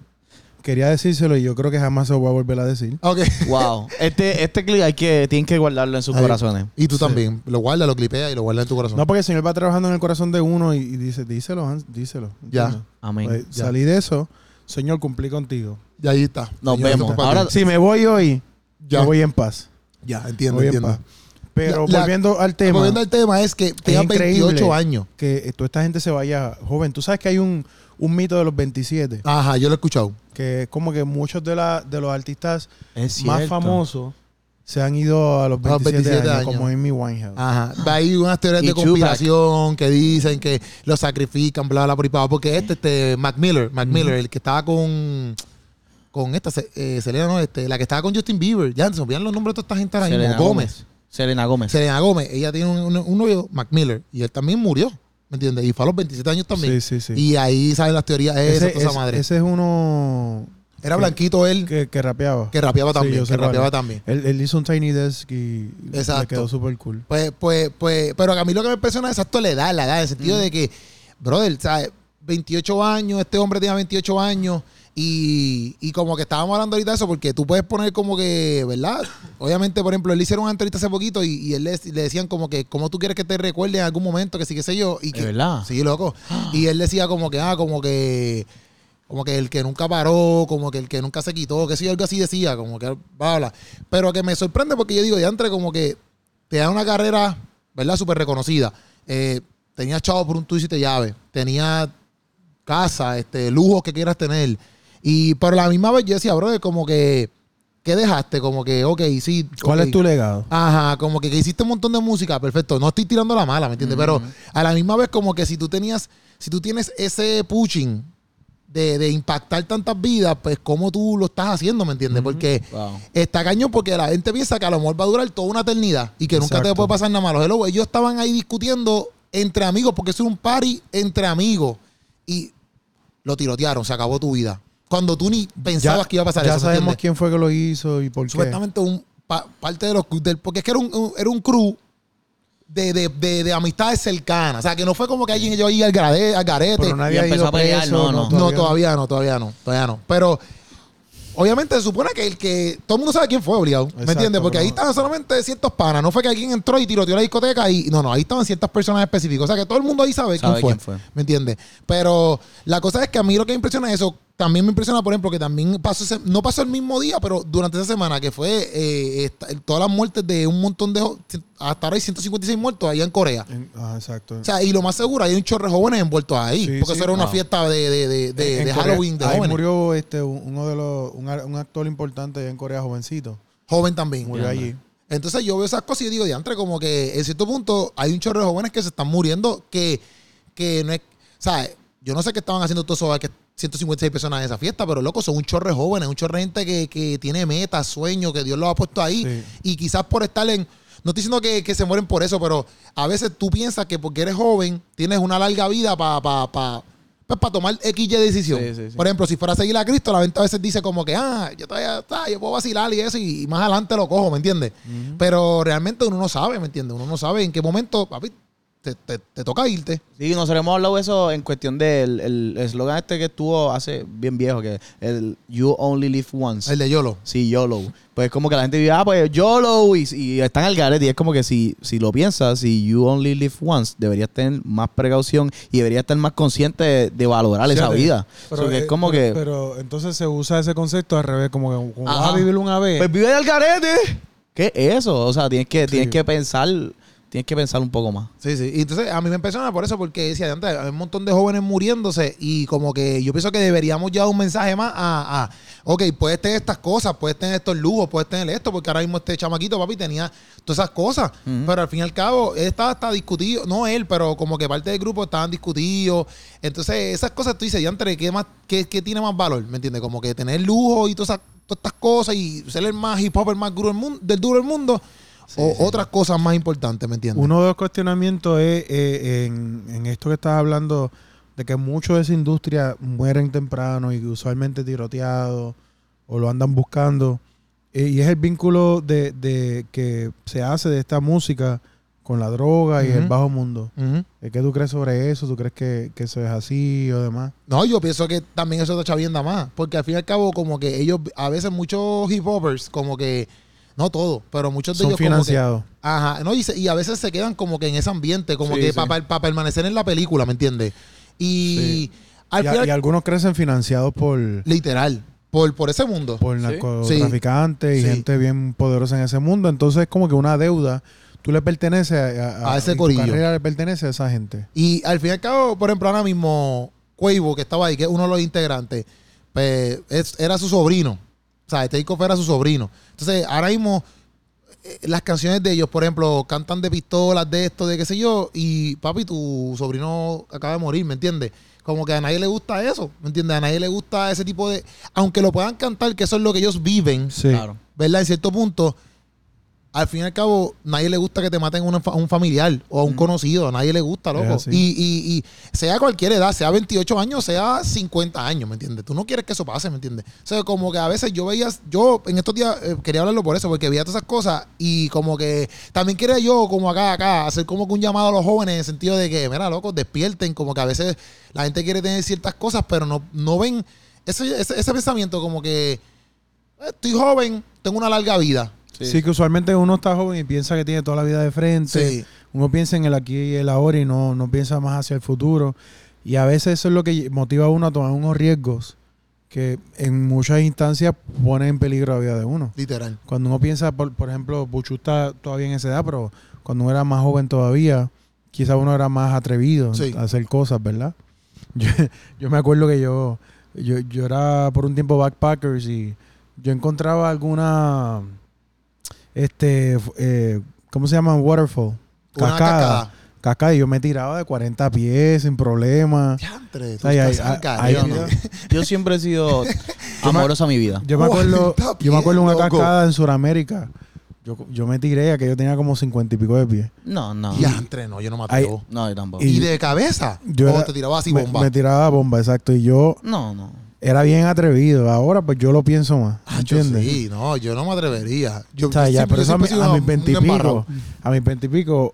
S5: quería decírselo y yo creo que jamás se lo voy a volver a decir.
S1: Ok.
S4: Wow. Este, este clip hay que, tienen que guardarlo en sus
S1: Ahí.
S4: corazones.
S1: Y tú también. Lo guardas, lo clipeas y lo guardas en tu corazón.
S5: No, porque el Señor va trabajando en el corazón de uno y, y dice, díselo, Hans, díselo.
S1: Ya.
S5: ¿Entiendes?
S4: Amén.
S5: Pues,
S1: Ya.
S5: salí de eso, Señor, cumplí contigo.
S1: y ahí está.
S4: Nos
S1: Señor,
S4: vemos.
S1: eso es para
S4: Ahora-
S1: ti.
S5: Si me voy hoy,
S1: Ya.
S5: me voy en paz.
S1: ya, entiendo,
S5: Me voy en
S1: entiendo.
S5: paz. Pero
S1: La- la-
S5: volviendo al tema,
S1: Volviendo al tema, es que tengas
S5: increíble.
S1: 28 años.
S5: que eh, toda esta gente se vaya joven. Tú sabes que hay un, un mito de los 27,
S1: Ajá, yo lo he escuchado.
S5: que es como que muchos de, la, de los artistas
S4: Es
S5: más famosos se han ido a los 27,
S1: 27
S5: años,
S1: años. Ah,
S5: como Amy Winehouse.
S1: Ajá. Hay unas teorías
S4: Y
S1: de
S4: Tupac.
S1: conspiración que dicen que lo sacrifican, bla, bla, por y pa, Porque este, este, Mac Miller, Mac Miller, el que estaba con. Con esta, se- eh, Selena, no, este, la que estaba con Justin Bieber. Ya, se me olvidan los nombres de toda esta gente ahora mismo.
S4: Selena
S1: Gómez.
S4: Gómez. Selena Gómez.
S1: Selena Gómez, ella tiene un, un- un novio, Mac Miller, y él también murió, ¿me entiendes? Y fue a los 27 años también.
S5: Sí, sí, sí.
S1: Y ahí saben las teorías, eso, toda esa madre.
S5: ese es uno
S1: Era blanquito él, que,
S5: que, que rapeaba.
S1: rapeaba
S5: Sí,
S1: también,
S5: yo sé
S1: que
S5: cuál
S1: rapeaba
S5: es.
S1: también.
S5: Él, él hizo un Tiny Desk y le
S1: Exacto.
S5: quedó súper cool.
S1: Pues, pues, pues, pero a mí lo que me impresiona es exacto la edad, la edad, en el sentido de que, brother, ¿sabes? 28 años, este hombre tenía 28 años, y, y como que estábamos hablando ahorita de eso, porque tú puedes poner como que, ¿verdad? Obviamente, por ejemplo, él le hicieron una entrevista hace poquito y, y él le, le decían como que, ¿cómo tú quieres que te recuerde en algún momento? Que sí, qué sé yo. Y
S4: ¿De
S1: que,
S4: verdad?
S1: Sí, loco. Y él decía como que, ah, como que, como que el que nunca paró, como que el que nunca se quitó, que sí, algo así decía, como que bla, bla. Pero que me sorprende porque yo digo, diantre, como que te da una carrera, ¿verdad? Súper reconocida. Eh, tenías chavo por un tú hiciste llave, tenías casa, este, lujos que quieras tener. Y pero a la misma vez yo decía, brother, como que ¿Qué dejaste? Como que, ok, sí.
S5: ¿Cuál
S1: ok. Ah,
S5: es tu legado?
S1: Ajá, como que, que hiciste un montón de música, perfecto. No estoy tirando la mala, ¿me entiendes? Pero a la misma vez, como que si tú tenías, si tú tienes ese pushing de, de impactar tantas vidas, pues cómo tú lo estás haciendo, ¿me entiendes? Porque
S4: Wow.
S1: está cañón porque la gente piensa que a lo mejor va a durar toda una eternidad y que nunca te
S5: Exacto.
S1: puede pasar nada malo. Hello, ellos estaban ahí discutiendo entre amigos, porque eso era un party entre amigos. Y lo tirotearon, se acabó tu vida. Cuando tú ni pensabas que iba a pasar
S5: ya
S1: eso. ¿me
S5: sabemos
S1: entiendes?
S5: quién fue que lo hizo y por qué.
S1: supuestamente un pa- parte de los del, porque es que era un, un- era un crew de, de, de, de amistades cercanas. O sea, que no fue como que alguien yo ahí al, grade- al garete.
S5: Pero nadie
S4: Y
S5: ha
S4: empezó
S5: ido
S4: a pelear,
S5: preso,
S4: no, no.
S1: no, todavía no, todavía no, todavía no. Pero obviamente se supone que el que todo el mundo sabe quién fue obligado. ¿Me
S5: Exacto,
S1: entiendes? Porque ahí
S5: pero-
S1: estaban solamente ciertos panas. No fue que alguien entró y tiroteó la discoteca y. No, no, ahí estaban ciertas personas específicas. O sea que todo el mundo ahí sabe,
S4: Sabe
S1: quién,
S4: quién
S1: fue,
S4: fue.
S1: ¿Me entiendes? Pero la cosa es que a mí lo que me impresiona es eso. También me impresiona, por ejemplo, que también pasó ese- no pasó el mismo día, pero durante esa semana que fue eh, esta- todas las muertes de un montón de jo- hasta ahora hay 156 muertos allá en Corea.
S5: En- ah, exacto.
S1: O sea, y lo más seguro, hay un chorro de jóvenes envueltos ahí.
S5: Sí,
S1: porque
S5: sí.
S1: eso era una
S4: Ah.
S1: fiesta de, de, de, de-
S5: En
S1: de
S5: Corea-
S1: Halloween de
S5: ahí
S1: jóvenes.
S5: murió este un- uno de los un, ar- un actor importante allá en Corea jovencito.
S1: Joven también.
S5: Murió allí.
S1: Entonces yo veo esas cosas y yo digo, diantre, como que en cierto punto hay un chorro de jóvenes que se están muriendo que, que no es... ¿Sabes? Yo no sé qué estaban haciendo todos esos que 156 personas en esa fiesta, pero loco, son un chorro de jóvenes, un chorro de gente que, que tiene metas, sueños, que Dios los ha puesto ahí.
S5: Sí.
S1: Y quizás por estar en... No estoy diciendo que, que se mueren por eso, pero a veces tú piensas que porque eres joven tienes una larga vida para pa, pa- pues, pa tomar X y decisión.
S4: Sí, sí, sí.
S1: Por ejemplo, si fuera a seguir a Cristo, la gente a veces dice como que, ah, yo todavía ah, yo puedo vacilar y eso, y más adelante lo cojo, ¿me entiendes? Pero realmente uno no sabe, ¿me entiendes? Uno no sabe en qué momento, papi, te, te- te toca irte.
S4: Sí, nosotros hemos hablado de eso en cuestión del el eslogan este que estuvo hace bien viejo, que el You Only Live Once.
S1: El de YOLO.
S4: Sí, YOLO. Pues como que la gente dice, ah, pues YOLO y, y están al garete. Y es como que si, si lo piensas, si you only live once, deberías tener más precaución y deberías estar más consciente de, de valorar esa
S5: Fíjate,
S4: vida. Porque es
S5: eh,
S4: como
S5: pero-
S4: que,
S5: Pero entonces se usa ese concepto al revés, como que como vas
S4: Ajá.
S5: a vivir una vez.
S4: pues vive al garete. ¿Qué es eso? O sea, tienes que, tienes que pensar, tienes que pensar un poco más.
S1: Sí, sí. Y entonces a mí me impresiona por eso, porque decía antes, hay un montón de jóvenes muriéndose y como que yo pienso que deberíamos ya dar un mensaje más a, a, ok, puedes tener estas cosas, puedes tener estos lujos, puedes tener esto, porque ahora mismo este chamaquito, papi, tenía todas esas cosas. Pero al fin y al cabo, él estaba hasta discutido, no él, pero como que parte del grupo estaban discutidos. Entonces, esas cosas tú dices, ya entre ¿qué, más, qué, qué tiene más valor? ¿Me entiendes? Como que tener lujo y todas, esas- todas estas cosas y ser el más hip hop, el más duro del mundo, del duro del mundo. o otras cosas más importantes, ¿me entiendes?
S5: Uno de los cuestionamientos es eh, en, en esto que estás hablando de que muchos de esa industria mueren temprano y usualmente tiroteados o lo andan buscando. Eh, y es el vínculo de, de que se hace de esta música con la droga y el
S1: Ujú.
S5: bajo mundo.
S1: Ujú.
S5: Eh, ¿Qué tú crees sobre eso? ¿Tú crees que, que eso es así o demás?
S1: No, yo pienso que también eso está chavienda más. Porque al fin y al cabo, como que ellos, a veces muchos hip hoppers, como que, no todos, pero muchos de
S5: Son
S1: ellos como que-
S5: financiados.
S1: Ajá, no, y, se- y a veces se quedan como que en ese ambiente, como
S5: Sí,
S1: que
S5: sí.
S1: para permanecer en la película, ¿me entiendes? Y
S5: Sí.
S1: al
S5: Y, a-
S1: final,
S5: y algunos crecen financiados por,
S1: literal, por, por ese mundo.
S5: por narcotraficantes y
S1: Sí.
S5: gente bien poderosa en ese mundo. Entonces es como que una deuda. Tú le perteneces a,
S1: A ese
S5: y tu
S1: corillo.
S5: carrera le pertenece a esa gente.
S1: Y al fin y al cabo, por ejemplo, ahora mismo, Cuevo, que estaba ahí, que es uno de los integrantes, pues, es- era su sobrino. O sea, Takeoff era su sobrino. Entonces, ahora mismo, eh, las canciones de ellos, por ejemplo, cantan de pistolas, de esto, de qué sé yo, y papi, tu sobrino acaba de morir, ¿me entiendes? Como que a nadie le gusta eso, ¿me entiendes? A nadie le gusta ese tipo de... Aunque lo puedan cantar, que eso es lo que ellos viven,
S5: Sí.
S4: Claro.
S1: ¿verdad? En cierto punto, al fin y al cabo, nadie le gusta que te maten a una fa- a un familiar o a un conocido, a nadie le gusta, loco.
S5: así.
S1: Y, y, y sea cualquier edad, sea 28 años, sea 50 años, ¿me entiendes? Tú no quieres que eso pase, ¿me entiendes? O sea, como que a veces yo veía, yo en estos días eh, quería hablarlo por eso, porque veía todas esas cosas y como que también quería yo, como acá, acá, hacer como que un llamado a los jóvenes en el sentido de que, mira, loco, despierten, como que a veces la gente quiere tener ciertas cosas, pero no, no ven ese, ese, ese pensamiento como que... Estoy joven, tengo una larga vida.
S5: Sí. que usualmente uno está joven y piensa que tiene toda la vida de frente.
S1: Sí.
S5: Uno piensa en el aquí y el ahora y no, no piensa más hacia el futuro. Y a veces eso es lo que motiva a uno a tomar unos riesgos que en muchas instancias ponen en peligro la vida de uno.
S1: Literal.
S5: Cuando uno piensa, por, por ejemplo, Buchu está todavía en esa edad, pero cuando uno era más joven todavía, quizá uno era más atrevido
S1: Sí.
S5: a hacer cosas, ¿verdad? Yo, yo me acuerdo que yo, yo, yo era por un tiempo backpackers y yo encontraba alguna, este, eh, ¿cómo se llama? Waterfall.
S1: Una cascada.
S5: Cascada, y yo me tiraba de 40 pies sin problema.
S1: Diantre, tú
S5: Ay, ay,
S1: estás al
S5: ay,
S1: garete.
S5: ay,
S4: Yo, no. Yo siempre he sido amoroso a mi vida.
S5: Yo me acuerdo,
S1: 40
S5: yo me acuerdo una
S1: pies, loco.
S5: cascada en Sudamérica. Yo, yo me tiré a que yo tenía como 50 y pico de pies.
S4: No, no.
S1: Diantre, no, yo no me
S5: Ay,
S1: atrevo.
S4: No, yo tampoco.
S5: y-
S1: ¿Y de cabeza?
S5: Yo
S1: ¿O
S5: era-
S1: Oh, te tiraba así
S5: me,
S1: bomba?
S5: me tiraba bomba, exacto. Y yo
S4: No, no.
S5: era bien atrevido. Ahora pues yo lo pienso más.
S1: Ah, yo
S5: ¿Entiendes?
S1: sí, no, yo no me atrevería. Yo,
S5: O sea,
S1: yo
S5: ya,
S1: siempre-
S5: pero eso a,
S1: yo
S5: mi-
S1: siempre he
S5: a
S1: sido
S5: mis veintipico.
S1: embarrado.
S5: A mis veintipico.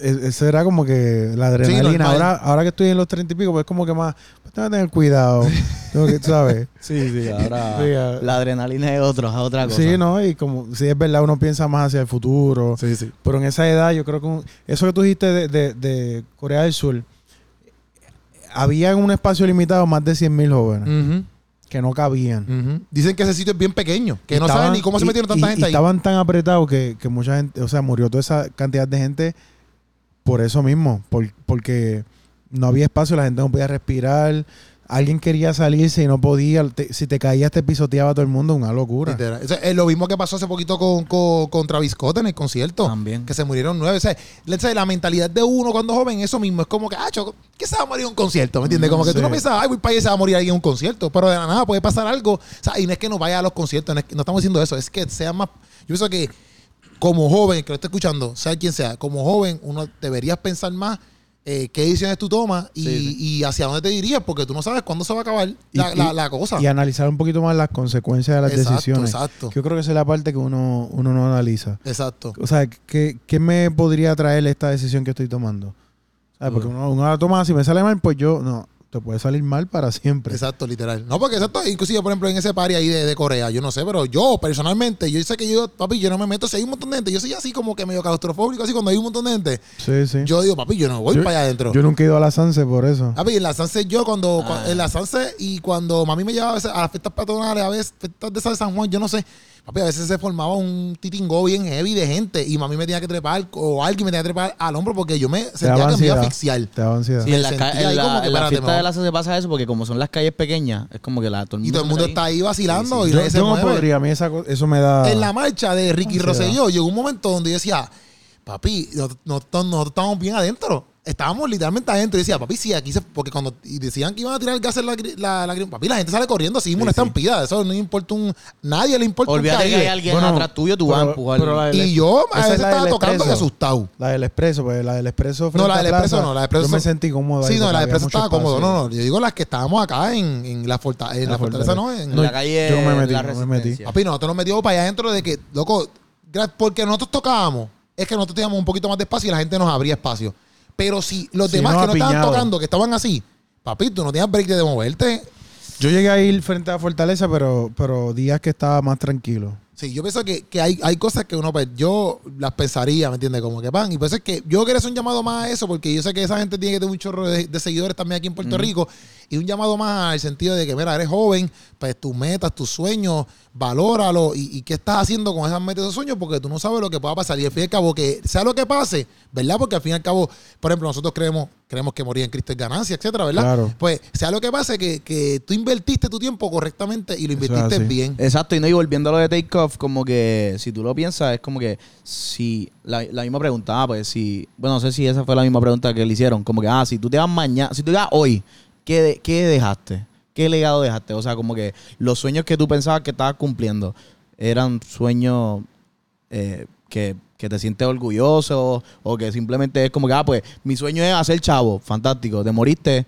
S5: e, Eso era como que la adrenalina.
S1: normal.
S5: ahora, ahora que estoy en los treinta y pico, pues es como que más. Pues tengo que tener cuidado. tengo que, ¿sabes?
S4: Sí, sí, ahora.
S5: Sí, ah.
S4: La adrenalina es otro, es otra cosa.
S5: Sí, ¿no? Y como, si es verdad, uno piensa más hacia el futuro.
S3: Sí, sí.
S5: Pero en esa edad, yo creo que un- eso que tú dijiste de, de- de Corea del Sur, había en un espacio limitado más de 100.000 jóvenes
S1: Ujú,
S5: que no cabían.
S1: ujú. Dicen que ese sitio es bien pequeño, Mm. que
S5: Y
S1: no saben
S5: estaban-
S1: ni cómo se
S5: y-
S1: metieron
S5: y-
S1: tanta
S5: y
S1: gente ahí.
S5: Estaban tan apretados que, que mucha gente, o sea, murió toda esa cantidad de gente por eso mismo, por- porque no había espacio, la gente no podía respirar. Alguien quería salirse y no podía. te- si te caías, te pisoteaba todo el mundo. Una locura.
S1: Literal. O sea, es lo mismo que pasó hace poquito con, con, con Travis Scott en el concierto.
S4: También.
S1: Que se murieron nueve. O sea, le- o sea, la mentalidad de uno cuando es joven, eso mismo. Es como que, ah, choco, ¿qué se va a morir en un concierto? ¿Me entiendes? Como que tú
S5: Sí.
S1: no piensas, ay, voy para allá y se va a morir alguien en un concierto. Pero de la nada puede pasar algo. O sea, y no es que no vaya a los conciertos, no, es que- no estamos diciendo eso. Es que sea más. Yo pienso que como joven, que lo esté escuchando, sea quien sea, como joven, uno deberías pensar más. eh, qué decisiones tú tomas y,
S4: Sí, sí.
S1: y hacia dónde te dirías, porque tú no sabes cuándo se va a acabar la,
S5: y-
S1: la- la cosa.
S5: Y analizar un poquito más las consecuencias de las
S1: Exacto,
S5: decisiones.
S1: exacto.
S5: Yo creo que esa es la parte que uno, uno no analiza.
S1: Exacto.
S5: O sea, ¿qué, qué me podría traer esta decisión que estoy tomando? O sea, Porque uno, uno la toma, si me sale mal, pues yo, no, te puede salir mal para siempre.
S1: Exacto, literal. No, porque exacto, inclusive, por ejemplo, en ese party ahí de, de Corea, yo no sé, pero yo personalmente, yo sé que yo, papi, yo no me meto, si hay un montón de gente, yo soy así como que medio claustrofóbico, así cuando hay un montón de gente,
S5: Sí, sí.
S1: yo digo, papi, yo no voy
S5: Yo-
S1: para allá adentro.
S5: Yo nunca he ido a la Sanse por eso.
S1: Papi, en la Sanse yo cuando,
S4: Ah.
S1: cua- en la Sanse y cuando mami me llevaba a veces a las fiestas patronales, a veces fiestas de San Juan, yo no sé, papi, a veces se formaba un titingo bien heavy de gente y mami me tenía que trepar o alguien me tenía que trepar al hombro porque yo me sentía
S5: daba
S1: que me iba a
S5: ansiedad.
S1: asfixiar.
S5: Te daba ansiedad.
S4: Sí,
S1: Me
S4: en la, ca-
S1: sentía
S4: en
S1: ahí
S4: la-
S1: como que,
S4: en la
S1: espérate,
S4: fiesta
S1: me
S4: de
S1: voy.
S4: la se pasa eso porque como son las calles pequeñas, es como que la, todo el
S1: Y
S4: mundo,
S1: todo el
S4: se
S1: mundo
S4: mete
S1: está ahí vacilando y
S5: Yo,
S1: nadie se
S5: yo no
S1: mueve.
S5: podría, a mí esa co- eso me da...
S1: en la marcha de Ricky
S5: Ansiedad.
S1: Rosselló llegó un momento donde yo decía, papi, nosotros nosotros- nosotros estábamos bien adentro. Estábamos literalmente adentro. Y decía, papi, sí, aquí se. Porque cuando y decían que iban a tirar gases la, la, la- Papi, la gente sale corriendo así, una estampida. Eso no importa un. Nadie le importa
S4: Olvídate
S1: un
S4: que hay
S1: caído.
S4: alguien
S5: Bueno,
S4: atrás tuyo, tú vas a
S5: pero-
S4: empujar.
S5: pero la del-
S1: Y yo a
S5: Esa es
S1: veces
S5: la del
S1: estaba tocando y
S5: Expreso.
S1: asustado.
S5: La del expreso, pues la del expreso frente
S1: la
S5: a
S1: del
S5: Plaza,
S1: Expreso no, la del Expreso-
S5: Yo me sentí cómodo ahí
S1: Sí, no,
S5: porque
S1: la
S5: había
S1: empresa
S5: mucho
S1: estaba cómodo.
S5: espacio.
S1: No, no, yo digo las que estábamos acá en, en la, forta- en la,
S5: La
S1: fortaleza,
S5: fortaleza.
S1: no. En,
S4: en la calle
S5: yo me metí,
S4: la
S5: yo me metí.
S4: resistencia.
S1: Papi, nosotros nos metimos para allá adentro de que, loco, gra- porque nosotros tocábamos, es que nosotros teníamos un poquito más de espacio y la gente nos abría espacio. Pero si los
S5: Si
S1: demás
S5: no,
S1: que no estaban
S5: apiñado.
S1: tocando, que estaban así, papi, tú no tenías break de moverte.
S5: Yo llegué a ir frente a la Fortaleza, pero, pero días que estaba más tranquilo.
S1: Sí, yo pienso que, que hay, hay cosas que uno, pues, yo las pensaría, ¿me entiendes? Como que van. Y por eso es que yo quería hacer un llamado más a eso, porque yo sé que esa gente tiene que tener un chorro de, de seguidores también aquí en Puerto Rico. Y un llamado más al sentido de que, mira, eres joven, pues tus metas, tus sueños, valóralo. Y, y qué estás haciendo con esas metas y esos sueños, porque tú no sabes lo que pueda pasar. Y al fin y al cabo, que sea lo que pase, ¿verdad? Porque al fin y al cabo, por ejemplo, nosotros creemos, creemos que morir en Cristo es ganancia, etcétera, ¿verdad?
S5: Claro.
S1: Pues sea lo que pase, que, que tú invertiste tu tiempo correctamente y lo
S5: Eso es
S1: invertiste
S5: así.
S1: bien.
S4: Exacto, y no, y volviendo a lo de takeoff, como que si tú lo piensas, es como que si la, la misma pregunta, ah, pues si, bueno, no sé si esa fue la misma pregunta que le hicieron, como que, ah, si tú te vas mañana, si tú te vas hoy, ¿qué, de- qué dejaste? ¿Qué legado dejaste? O sea, como que los sueños que tú pensabas que estabas cumpliendo eran sueños eh, que, que te sientes orgulloso o que simplemente es como que, ah, pues mi sueño es hacer chavo, fantástico, te moriste.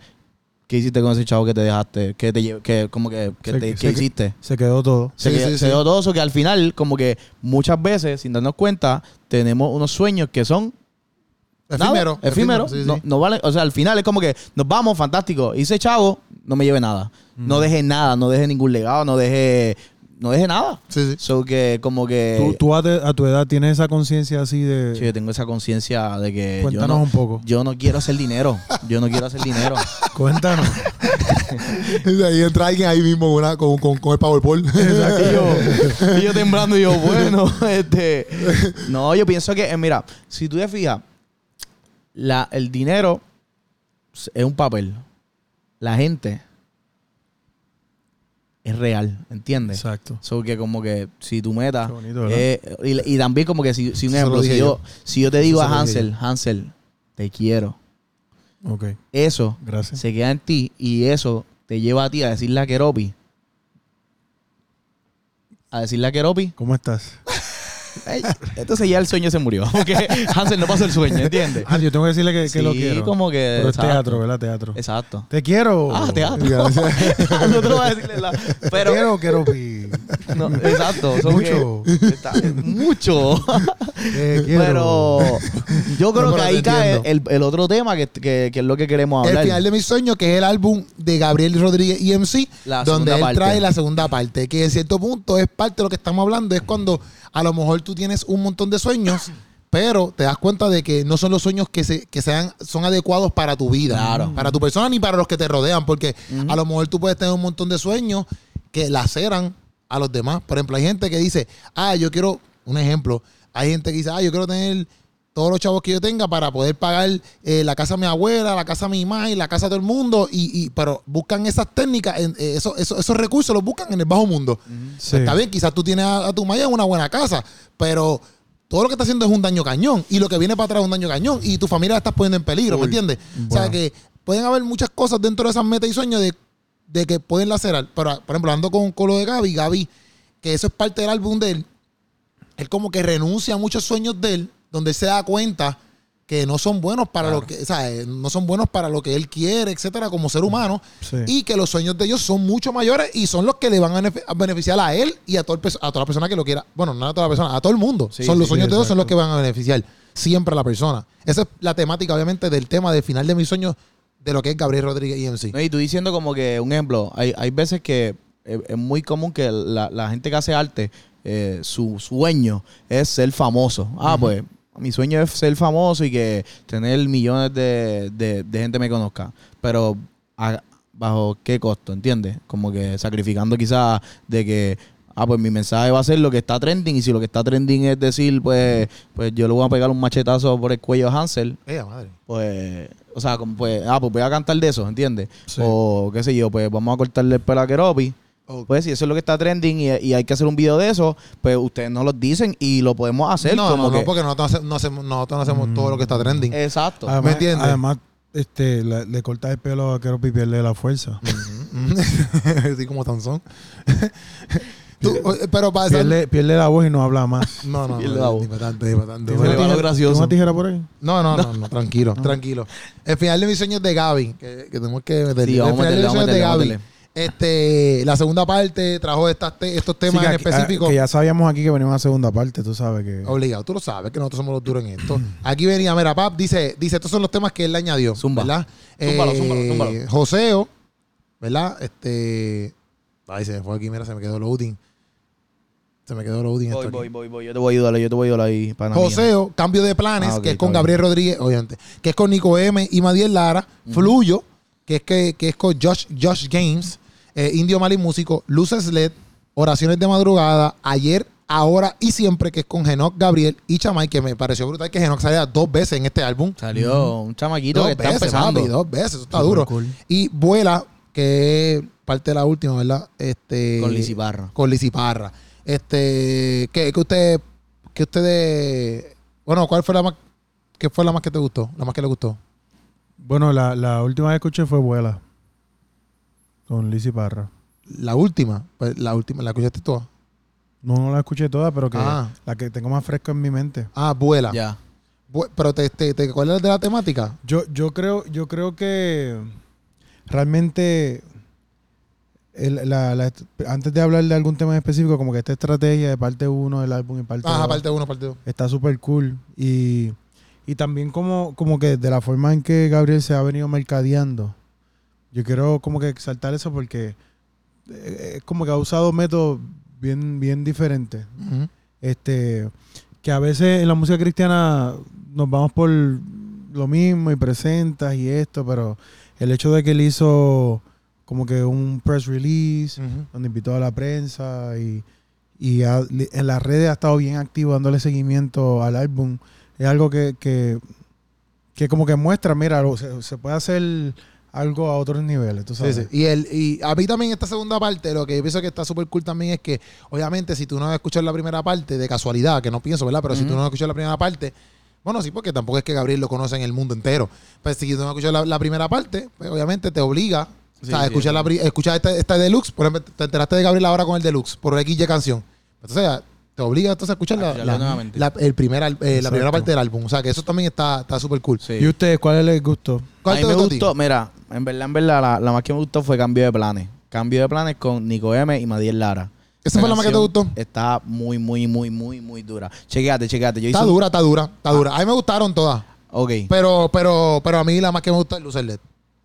S4: ¿Qué hiciste con ese chavo que te dejaste? ¿Qué te lle- que, como que, que
S5: Se-
S4: te-
S5: se-
S4: ¿qué hiciste?
S5: Se quedó todo.
S4: Se,
S1: Sí,
S4: quedó,
S1: sí,
S4: se
S1: sí.
S4: quedó todo eso que al final, como que muchas veces, sin darnos cuenta, tenemos unos sueños que son nada,
S1: Efímero.
S4: efímeros. no, no vale, o sea, al final es como que nos vamos, fantástico. Hice chavo, no me lleve nada.
S1: Mm.
S4: No deje nada, no deje ningún legado, no deje, no deje nada.
S1: Sí, sí.
S4: So que como que
S5: Tú, tú a, te- a tu edad tienes esa conciencia así de...
S4: eh, sí, yo tengo esa conciencia de que yo
S5: Cuéntanos
S4: no,
S5: un poco.
S4: yo no quiero hacer dinero. Yo no quiero hacer dinero.
S5: Cuéntanos.
S1: Y ahí entra alguien ahí mismo una- con, con- con el Powerball.
S4: Y yo, y yo temblando, y yo, bueno, este. No, yo pienso que, eh, mira, si tú te fijas, la, el dinero es un papel. La gente es real, ¿entiendes?
S5: Exacto.
S4: So que como que si tu meta
S5: Qué bonito, ¿verdad?
S4: es- y, y también como que si, si un
S1: Eso lo
S4: ejemplo,
S1: dije
S4: si yo, si yo te digo
S1: Eso lo dije
S4: a Hansel, Hansel, te quiero.
S5: Ok,
S4: Eso
S5: gracias.
S4: se queda en ti y eso te lleva a ti a decirle a Keropi. A decirle a Keropi.
S5: ¿Cómo estás?
S4: "Ey", Entonces ya el sueño se murió. Porque Hansel no pasó el sueño, ¿entiendes?
S5: Ah, yo tengo que decirle que, que lo
S4: Sí,
S5: quiero.
S4: como que.
S5: Pero es
S4: exacto.
S5: teatro, Oh, ¿verdad? Teatro.
S4: Exacto.
S5: Te quiero.
S4: Ah, teatro.
S5: Gracias.
S4: Nosotros vamos a decirle la. Pero.
S5: Quiero, quiero. pi.
S4: no, exacto. son
S5: Mucho.
S4: que- está- mucho.
S5: Te quiero.
S4: Pero yo creo
S1: No, pero
S4: que ahí
S1: te
S4: cae el,
S1: entiendo.
S4: el otro tema que, que- que es lo que queremos
S1: El
S4: hablar.
S1: final de mi sueño, que es el álbum de Gabriel Rodríguez EMC,
S4: La
S1: donde
S4: segunda
S1: él
S4: parte.
S1: trae la segunda parte, que en cierto punto es parte de lo que estamos hablando, es cuando a lo mejor tú tienes un montón de sueños, pero te das cuenta de que no son los sueños que, se, que sean, son adecuados para tu vida,
S4: Claro.
S1: para tu persona ni para los que te rodean, porque a lo mejor tú puedes tener un montón de sueños que laceran a los demás. Por ejemplo, hay gente que dice, ah, yo quiero, un ejemplo, hay gente que dice, ah, yo quiero tener todos los chavos que yo tenga para poder pagar eh, la casa de mi abuela, la casa de mi mamá y la casa de todo el mundo, y, y- pero buscan esas técnicas, en- eh, esos- esos- esos recursos los buscan en el bajo mundo.
S5: Sí.
S1: Está bien, quizás tú tienes a, a tu maya en una buena casa, pero todo lo que está haciendo es un daño cañón y lo que viene para atrás es un daño cañón y tu familia la estás poniendo en peligro, ¿me entiendes? O sea
S5: Bueno.
S1: que pueden haber muchas cosas dentro de esas metas y sueños de, de que pueden lacerar. Pero, por ejemplo, ando con, con lo de Gaby, Gaby, que eso es parte del álbum de él, él como que renuncia a muchos sueños de él, donde él se da cuenta que no son buenos para lo que, o sea, eh, no son buenos para lo que él quiere, etcétera, como ser humano,
S5: Sí.
S1: y que los sueños de ellos son mucho mayores y son los que le van a benefi- a beneficiar a él y a, todo el pe- a toda la persona que lo quiera. Bueno, no a toda la persona, a todo el mundo.
S5: Sí,
S1: son los
S5: sí,
S1: sueños
S5: sí,
S1: de ellos, son los que
S5: exacto.
S1: van a beneficiar siempre a la persona. Esa es la temática, obviamente, del tema del final de mis sueños de lo que es Gabriel Rodríguez EMC.
S4: No, y tú diciendo como que, un ejemplo, hay, hay veces que eh, es muy común que la, la gente que hace arte, eh, su sueño es ser famoso. Ah, pues, mi sueño es ser famoso y que tener millones de, de- de gente me conozca. Pero, ¿a- ¿bajo qué costo? ¿Entiendes? Como que sacrificando quizás de que... Ah, pues mi mensaje va a ser lo que está trending. Y si lo que está trending es decir, pues, pues yo le voy a pegar un machetazo por el cuello a Hansel
S1: Ea, madre.
S4: pues, o sea, como pues, ah, pues voy a cantar de eso, ¿entiendes?
S5: Sí.
S4: O qué sé yo, pues vamos a cortarle el pelo a Keropi. Pues si eso es lo que está trending y, y hay que hacer un video de eso, pues ustedes nos lo dicen y lo podemos hacer.
S1: no,
S4: como
S1: no, no,
S4: que- Eh.
S1: porque nosotros hace- no hacemos, nosotros no hacemos todo lo que está trending.
S4: Exacto.
S5: Además,
S1: ¿Me entiendes?
S5: Además, este, la- le cortas el pelo a Keropi y pierde la fuerza.
S1: Así como Tanzón. Tú, eh, pero para hacer-
S5: Pierde, pierde la voz y no habla más.
S1: No, no,
S4: Pierde la
S1: no.
S4: voz.
S1: Ni para tanto, ni para tanto.
S5: ¿Tienes
S4: Bueno,
S5: una
S4: le va lo
S5: tijera-
S4: gracioso.
S5: ¿tienes una tijera por ahí?
S1: No, no, no, no, tranquilo, tranquilo. El final de mis sueños de Gaby, que, que tenemos que meterle.
S4: Sí, vamos
S1: el
S4: a
S1: final de
S4: meterle,
S1: mis
S4: vamos a
S1: sueños de
S4: meterle, vamos a
S1: Gaby. Este, la segunda parte trajo estas te- estos temas
S5: Sí, que
S1: en
S5: aquí- ah,
S1: específico.
S5: que ya sabíamos aquí que venía una segunda parte, tú sabes que.
S1: Obligado, tú lo sabes que nosotros somos los duros en esto. Aquí venía, mira, Pap dice, dice, estos son los temas que él le añadió.
S4: Zumba.
S1: ¿Verdad? Eh,
S4: Zúmbalo, zúmbalo, zúmbalo.
S1: Joseo, ¿verdad? Este. Ay, se me fue aquí, mira, se me quedó loading. Se me quedó loading.
S4: voy,
S1: esto aquí.
S4: voy, voy, voy, yo te voy a ayudar, yo te voy a ayudar ahí, pana mía.
S1: Joseo, cambio de planes,
S4: Ah, ok,
S1: que es con
S4: está bien.
S1: Gabriel Rodríguez, obviamente, que es con Nico M y Madiel Lara, Fluyo, que es que, que es con Josh, Josh Games, eh, Indio Mali Músico, Luces LED, Oraciones de Madrugada, ayer, ahora y siempre, que es con Genoc Gabriel y Chamay, que me pareció brutal que Genoc saliera dos veces en este álbum.
S4: Salió un chamaquito que está empezando.
S1: papi, dos veces, eso está
S5: Súper
S1: duro.
S5: cool.
S1: Y Vuela, que es parte de la última, ¿verdad? Este,
S4: Con Lizzy Parra.
S1: Con Lizzy Parra. Este, que, que usted, que ustedes, bueno, ¿cuál fue la más, qué fue la más que te gustó? La más que le gustó.
S5: Bueno, la, la última que escuché fue Vuela. Con Lizzy Parra.
S1: La última, pues la última, la escuchaste tú.
S5: No, no la escuché toda, pero que
S1: Ah.
S5: la que tengo más fresca en mi mente.
S1: Ah, Vuela.
S4: Ya.
S1: Vu- Pero te, te, te acuerdas de la temática?
S5: Yo, yo creo, yo creo que realmente el- la- la est- antes de hablar de algún tema en específico, como que esta estrategia de parte 1 del álbum y parte
S1: Ajá,
S5: dos,
S1: Ah, parte uno, parte dos.
S5: está súper cool. Y, y también como, como que de la forma en que Gabriel se ha venido mercadeando, yo quiero como que exaltar eso porque eh, es como que ha usado métodos bien, bien diferentes.
S1: Ujú.
S5: Este, que a veces en la música cristiana nos vamos por lo mismo y presentas y esto, pero el hecho de que él hizo como que un press release, donde invitó a la prensa y, y ha- li- en las redes ha estado bien activo dándole seguimiento al álbum. Es algo que, que, que como que muestra, mira, lo- se, se puede hacer algo a otros niveles, tú
S1: Sí,
S5: sabes.
S1: sí. Y, el, y a mí también esta segunda parte, lo que yo pienso que está súper cool también es que, obviamente, si tú no escuchas la primera parte, de casualidad, que no pienso, ¿verdad? Pero si tú no escuchas la primera parte, bueno, sí, porque tampoco es que Gabriel lo conoce en el mundo entero. Pero si tú no escuchas la, la primera parte, pues obviamente te obliga. o
S3: Sí,
S1: sea,
S3: sí,
S1: escuchar, la, pri- escuchar esta, esta deluxe, por ejemplo, te enteraste de Gabriel ahora con el deluxe, por X canción. Entonces, te obliga entonces a escuchar la,
S3: Escucharlo
S1: la-
S3: nuevamente.
S1: la- el primer al- eh, la primera
S5: Exacto.
S1: parte del álbum. O sea, que eso también está súper cool.
S4: Sí.
S5: ¿Y ustedes cuál les gustó?
S4: A
S1: ¿Cuál
S4: mí
S1: te
S4: me
S1: gustó a ti?
S4: gustó, mira, en verdad, en verdad, la, la más que me gustó fue Cambio de Planes. Cambio de Planes con Nico M y Madiel Lara.
S1: ¿Esa fue la más que te
S4: canción
S1: gustó?
S4: Está muy, muy, muy, muy, muy dura. Chequeate, chequeate. Yo hice
S1: Está
S4: un-
S1: dura, está dura, está dura. A mí me gustaron todas.
S4: Ok.
S1: Pero, pero, pero a mí la más que me gusta es Lucer LED.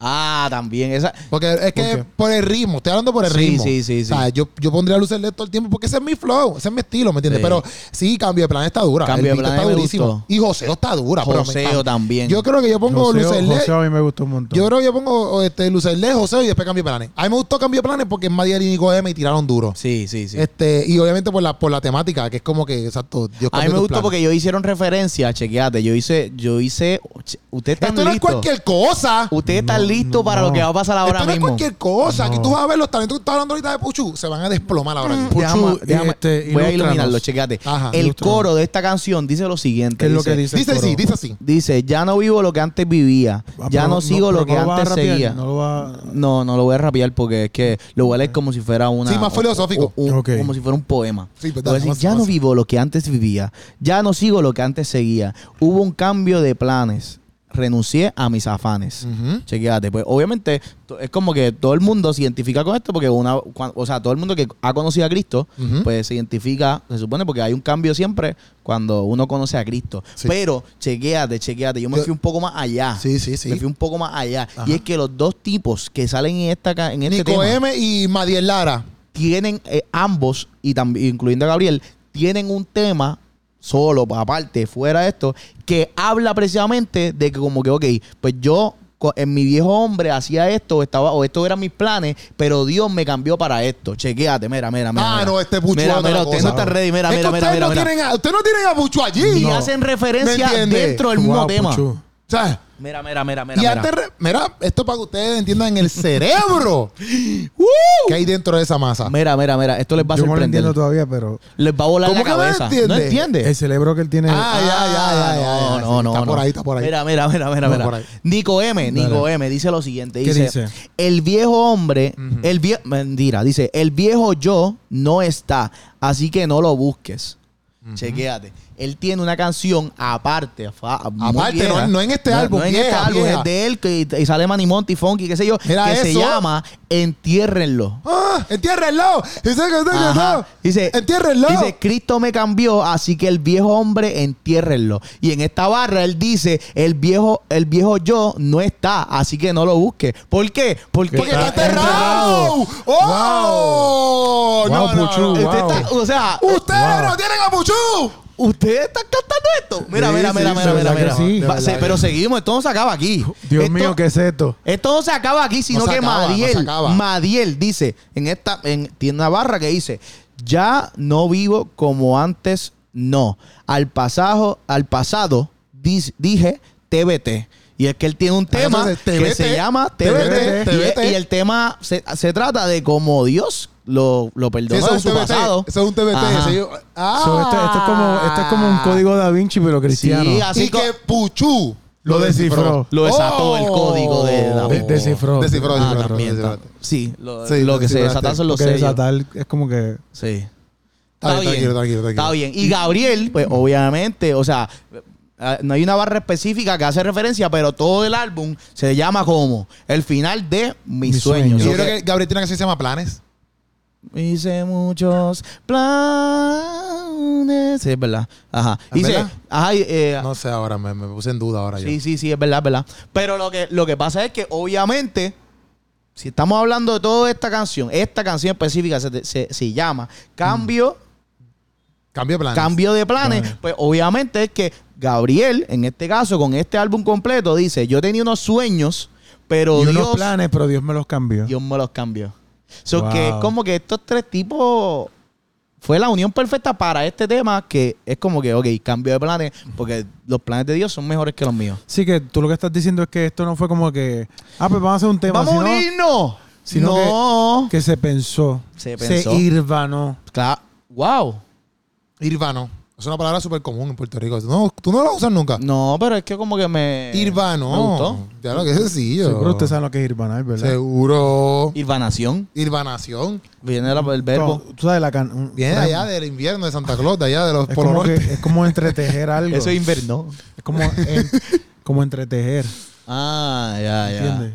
S4: Ah, también. Esa,
S1: Porque es que
S5: qué?
S1: por el ritmo, estoy hablando por el
S4: Sí,
S1: ritmo.
S4: sí, sí, sí.
S1: O sea, yo, yo pondría Lucer LED todo el tiempo porque ese es mi flow, ese es mi estilo, ¿me entiendes?
S4: Sí.
S1: Pero sí, cambio de plan está dura.
S4: Cambio de
S1: el beat
S4: Plan
S1: está
S4: me
S1: durísimo.
S4: gustó.
S1: Y Joseo está dura, pero me
S4: Joseo
S1: encanta.
S4: también.
S1: Yo creo que yo pongo
S5: Joseo-
S1: Lucer LED.
S5: Joseo a mí me gustó un montón.
S1: Yo creo que yo pongo este, Lucer LED, Joseo y después cambio de planes. A mí me gustó cambio de planes porque es Madiel y Nico M y tiraron duro.
S4: Sí, sí, sí.
S1: Este, y obviamente por la, por la temática, que es como que, exacto, Dios
S4: a mí
S1: cambia
S4: me
S1: tus
S4: gustó
S1: planes.
S4: porque ellos hicieron referencia, chequeate. Yo hice, yo hice. che- Ustedes están
S1: Esto no es
S4: listos.
S1: cualquier cosa.
S4: Ustedes
S5: No,
S4: están listos para
S5: no.
S4: lo que va a pasar ahora
S1: Esto no es
S4: mismo.
S1: cualquier cosa. Aquí
S5: No.
S1: tú vas a ver los talentos que estás hablando ahorita de Puchu. Se van a desplomar
S4: Mm.
S1: ahora mismo.
S5: Puchu,
S4: Déjame- déjame-
S5: este,
S4: voy a
S5: ilústranos.
S4: iluminarlo, chequeate.
S1: Ajá,
S4: el
S5: ilústranos.
S4: coro de esta canción dice lo siguiente.
S5: ¿Qué es lo que dice?
S1: Dice
S5: el
S1: así,
S5: coro?
S1: dice así.
S4: Dice, ya no vivo lo que antes vivía,
S5: Ah,
S4: ya
S5: pero
S4: no sigo
S5: pero
S4: lo que
S5: no vas a
S4: antes
S5: rapear,
S4: seguía.
S5: No lo va
S4: No, no lo voy a rapear porque es que lo voy a leer como si fuera una.
S1: Sí, más filosófico.
S4: o- o-
S5: Ok.
S4: Como si fuera un poema.
S1: Sí, pues
S4: Voy a
S1: dale,
S4: decir,
S1: más-
S4: ya no
S1: más.
S4: vivo lo que antes vivía, ya no sigo lo que antes seguía. Hubo un cambio de planes. Renuncié a mis afanes.
S1: Ujú.
S4: Chequéate, pues obviamente to- es como que todo el mundo se identifica con esto porque una, cua- o sea, todo el mundo que ha conocido a Cristo,
S1: Ujú.
S4: pues se identifica, se supone, porque hay un cambio siempre cuando uno conoce a Cristo.
S1: Sí.
S4: Pero chequéate, chequéate, yo me
S1: Yo-
S4: fui un poco más allá.
S1: Sí, sí, sí.
S4: Me fui un poco más allá.
S1: Ajá.
S4: Y es que los dos tipos que salen en esta ca- en este
S1: Nico
S4: tema
S1: M y Madiel Lara.
S4: tienen eh, ambos y también incluyendo a Gabriel tienen un tema solo aparte fuera de esto que habla precisamente de que como que ok pues yo co- en mi viejo hombre hacía esto estaba o estos eran mis planes pero Dios me cambió para esto chequéate mira mira mira
S1: ah,
S4: mira.
S1: no, este Puchu
S4: mira,
S1: otra
S4: mira
S1: cosa.
S4: ustedes no están ready mira
S1: Es que
S4: mira mira
S1: ustedes
S4: mira,
S1: no
S4: mira.
S1: Tienen a, ustedes no tienen a Puchu allí.
S4: y
S1: O
S4: hacen referencia
S1: ¿Me entiendes?
S4: dentro del mismo
S5: Wow,
S4: tema
S5: Puchu.
S1: sea,
S4: mira mira mira mira
S1: y
S4: mira.
S1: antes... re- Mira, esto para que ustedes entiendan el cerebro que hay dentro de esa masa.
S4: mira mira mira esto les va a
S5: Yo no lo
S4: sorprender
S5: entiendo todavía, pero
S4: les va a volar la
S1: ¿Cómo que no
S4: cabeza no
S1: entiende?
S4: entiende
S5: el cerebro que él tiene.
S1: Ah, ya, ya, ya, ya,
S4: no,
S1: ya.
S4: no, no,
S1: Está
S4: no.
S1: por ahí, está por ahí.
S4: Mira, mira, mira, mira,
S1: No,
S4: mira.
S1: por ahí.
S4: Nico M, Nico
S5: Dale.
S4: M dice lo siguiente,
S5: ¿Qué
S4: dice,
S5: dice?
S4: el viejo hombre, el viejo, mentira, dice, el viejo yo no está, así que no lo busques. Chequéate. Él tiene una canción aparte. fa- muy
S1: Aparte,
S4: vieja.
S1: no- no en este álbum,
S4: en
S1: vieja, vieja.
S4: es de él que y sale Manny Monty, Funky, qué sé yo,
S1: Mira
S4: que se
S1: eso.
S4: llama Entiérrenlo.
S1: Ah, entiérrenlo. Dice que usted
S4: Ajá. Dice,
S1: entiérrenlo.
S4: Dice, Cristo me cambió, así que el viejo hombre entiérrenlo. Y en esta barra él dice, el viejo, el viejo yo no está, así que no lo busque. ¿Por qué? Porque,
S1: porque está
S5: Está
S1: enterrado.
S5: enterrado.
S1: ¡Oh!
S5: Wow.
S1: No, no,
S5: Wow, Uh. Puchu,
S1: no.
S4: Usted
S5: wow.
S4: está- o sea,
S1: ¡Ustedes
S5: Wow.
S1: no tienen a Puchu!
S4: ustedes están cantando esto. Mira,
S5: Sí,
S4: mira,
S5: sí,
S4: mira,
S5: de
S4: mira, mira,
S5: verdad que
S4: mira.
S5: sí.
S4: Va-
S5: De verdad
S4: se-
S5: que
S4: pero
S5: sí.
S4: seguimos, esto no se acaba aquí.
S5: Dios
S4: Esto-
S5: mío, ¿qué es esto?
S4: Esto no se acaba aquí, sino
S1: se
S4: que
S1: acaba, no se
S4: Madiel,
S1: acaba.
S4: Madiel dice, en esta, en, tiene una barra que dice, ya no vivo como antes, no. Al pasado, al pasado dis- dije TBT. Y es que él tiene un tema
S1: Entonces,
S4: que
S1: TBT,
S4: se llama TBT.
S1: TBT,
S4: y, es-
S1: TBT.
S4: y el tema se, se trata de cómo Dios lo, lo
S1: Sí,
S4: perdonó
S1: eso
S4: en
S1: es
S4: su
S1: un TBT.
S4: pasado.
S1: Eso es un TBT.
S4: Ajá.
S1: ese yo- ah.
S5: So, esto, esto es como, esto es como un código da Vinci, pero cristiano.
S4: Ah. Sí, así
S1: y
S4: co-
S1: que Oh. Puchu
S5: Lo descifró.
S4: Lo desató el código de la-
S5: De- descifró.
S1: Descifró,
S4: Ah,
S1: descifró,
S4: también,
S1: descifró.
S4: tam- Sí, lo,
S1: Sí,
S4: lo que se
S1: descifraste.
S4: desataron los
S5: Porque
S4: sellos.
S5: desatar es como que.
S4: Sí.
S1: Está bien, tranquilo, tranquilo, tranquilo.
S4: Está bien. Y Gabriel, pues obviamente, o sea, eh, no hay una barra específica que hace referencia, pero todo el álbum se llama como el final de Mis,
S5: Mis sueños.
S4: sueños.
S1: Y
S4: Lo
S1: Yo creo
S4: que-
S1: que Gabriel tiene una canción que se llama Planes.
S4: Hice muchos planes. Sí, es verdad. Ajá.
S1: ¿Es
S4: Hice-
S1: verdad?
S4: ajá, y, eh,
S1: No sé ahora, me, me puse en duda ahora yo.
S4: Sí, sí, sí, es verdad, es verdad. Pero lo que, lo que pasa es que, obviamente, si estamos hablando de toda esta canción, esta canción específica se, se- se llama Cambio,
S1: Cambio de planes.
S4: Cambio de Planes,
S5: Planes.
S4: pues obviamente es que Gabriel, en este caso, con este álbum completo, dice, yo tenía unos sueños, pero
S5: Y
S4: Dios,
S5: unos planes, pero Dios me los cambió.
S4: Dios me los cambió. So
S5: Wow.
S4: que es como que estos tres tipos Fue la unión perfecta para este tema que es como que, ok, cambio de planes, porque los planes de Dios son mejores que los míos.
S5: Sí, que tú lo que estás diciendo es que esto no fue como que. Ah, pues vamos a hacer un tema.
S4: ¡Vamos a
S5: sino
S4: unirnos!
S5: sino
S4: no.
S5: que se pensó.
S4: Se pensó.
S5: Se irvanó.
S4: Claro. ¡Wow!
S1: Irvano. Es una palabra súper común en Puerto Rico. No, tú no la usas nunca.
S4: No, pero es que como que me... Me
S1: Irvano.
S4: gustó.
S1: Ya lo que es sencillo.
S5: Seguro ustedes saben lo que es irvanar, ¿verdad?
S1: Seguro.
S4: Irvanación.
S1: Irvanación.
S4: Viene la- el verbo.
S5: Tú- Tú sabes la can... un-
S1: Viene de
S5: una-
S1: allá del invierno de Santa Claus, de allá de los
S5: Es
S1: polos
S5: como, que-
S1: norte.
S5: es como entretejer algo.
S4: Eso es invernó.
S5: Es como, en- como entretejer.
S4: Ah, ya, ya.
S5: ¿Entiendes?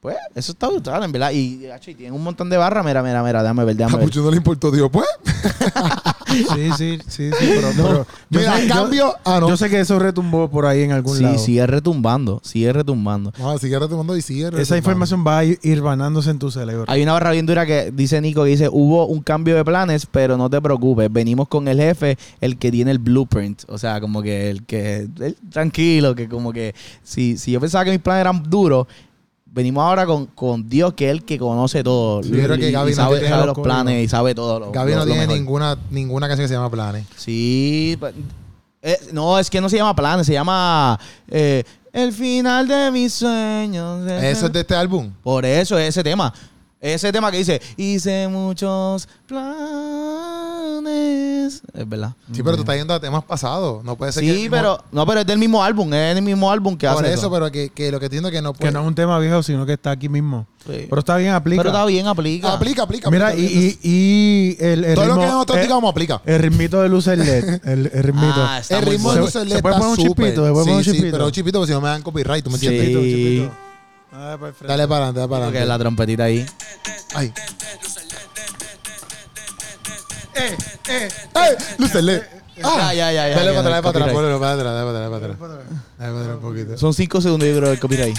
S4: Pues, eso está brutal, en verdad. Y, hacho, y tienen un montón de barras. Mira, mira, mira, déjame ver, déjame
S1: A
S4: ver.
S1: Puchu no le importó Dios, pues.
S5: Sí, sí, sí, sí. Pero, pero yo,
S1: Mira,
S5: sé, yo-
S1: cambio. ah, no.
S5: yo sé que eso retumbó por ahí en algún
S4: Sí,
S5: lado.
S4: sigue retumbando, sigue retumbando.
S1: No, sigue retomando y sigue
S5: Esa
S1: retomando.
S5: información va a ir irvanándose en tu cerebro.
S4: Hay una barra bien dura que dice Nico que dice, hubo un cambio de planes, pero no te preocupes, venimos con el jefe, el que tiene el blueprint. O sea, como que el que, el- tranquilo, que como que si, si yo pensaba que mis planes eran duros, venimos ahora con, con Dios, que es el que conoce todo.
S1: Sí, yo creo que
S4: Y- y
S1: Gaby no
S4: sabe,
S1: tiene
S4: sabe
S5: los
S4: los planes y sabe todo. lo-
S1: Gaby
S4: lo-
S1: no
S4: lo
S1: tiene
S4: mejor.
S1: ninguna, ninguna canción que se llama Planes.
S4: Sí, pa- eh, no, es que no se llama planes, se llama eh, el final de mis sueños.
S1: Eso es de este álbum.
S4: Por eso es ese tema. Ese tema que dice, hice muchos planes. Es verdad.
S1: Sí, pero tú estás yendo a temas pasados. No puede ser que el
S4: Sí,
S1: mismo-
S4: pero no, pero es del mismo álbum, es del mismo álbum que
S1: Por
S4: hace
S1: eso, pero que, que lo que entiendo es que no
S5: que
S1: puede.
S5: no es un tema viejo, sino que está aquí mismo.
S4: pues. Sí.
S5: Pero está bien, aplica.
S4: Pero está bien, aplica.
S1: Aplica, aplica.
S5: Mira,
S1: aplica.
S5: y, y, y el, el
S1: todo lo que
S5: ritmo-
S1: nosotros
S5: el-
S1: digamos aplica.
S5: El ritmito de luces LED. El, el ritmito.
S4: Ah, está
S1: el
S4: muy
S1: ritmo de
S5: bueno.
S4: bueno.
S1: luces
S5: Se-
S1: LED
S5: se puede
S1: está
S5: poner un
S1: súper.
S5: chipito, se puede
S1: sí,
S5: poner un
S1: sí,
S5: chipito.
S1: pero un chipito porque si no me dan copyright, ¿tú me entiendes?
S4: Sí.
S5: A ver, para el frente.
S1: Dale para adelante, dale para
S4: Porque
S1: adelante.
S4: la trompetita ahí.
S1: Ay. ¡Eh! ¡Luces LED!
S4: Ya, ya, ya, ya,
S1: Dale
S4: ya,
S1: para atrás, dale
S4: el
S1: para atrás,
S4: copyright.
S1: ponlo, para atrás, dale para atrás, dale para atrás. Dale para atrás un poquito.
S4: Son cinco segundos, yo creo, del copyright.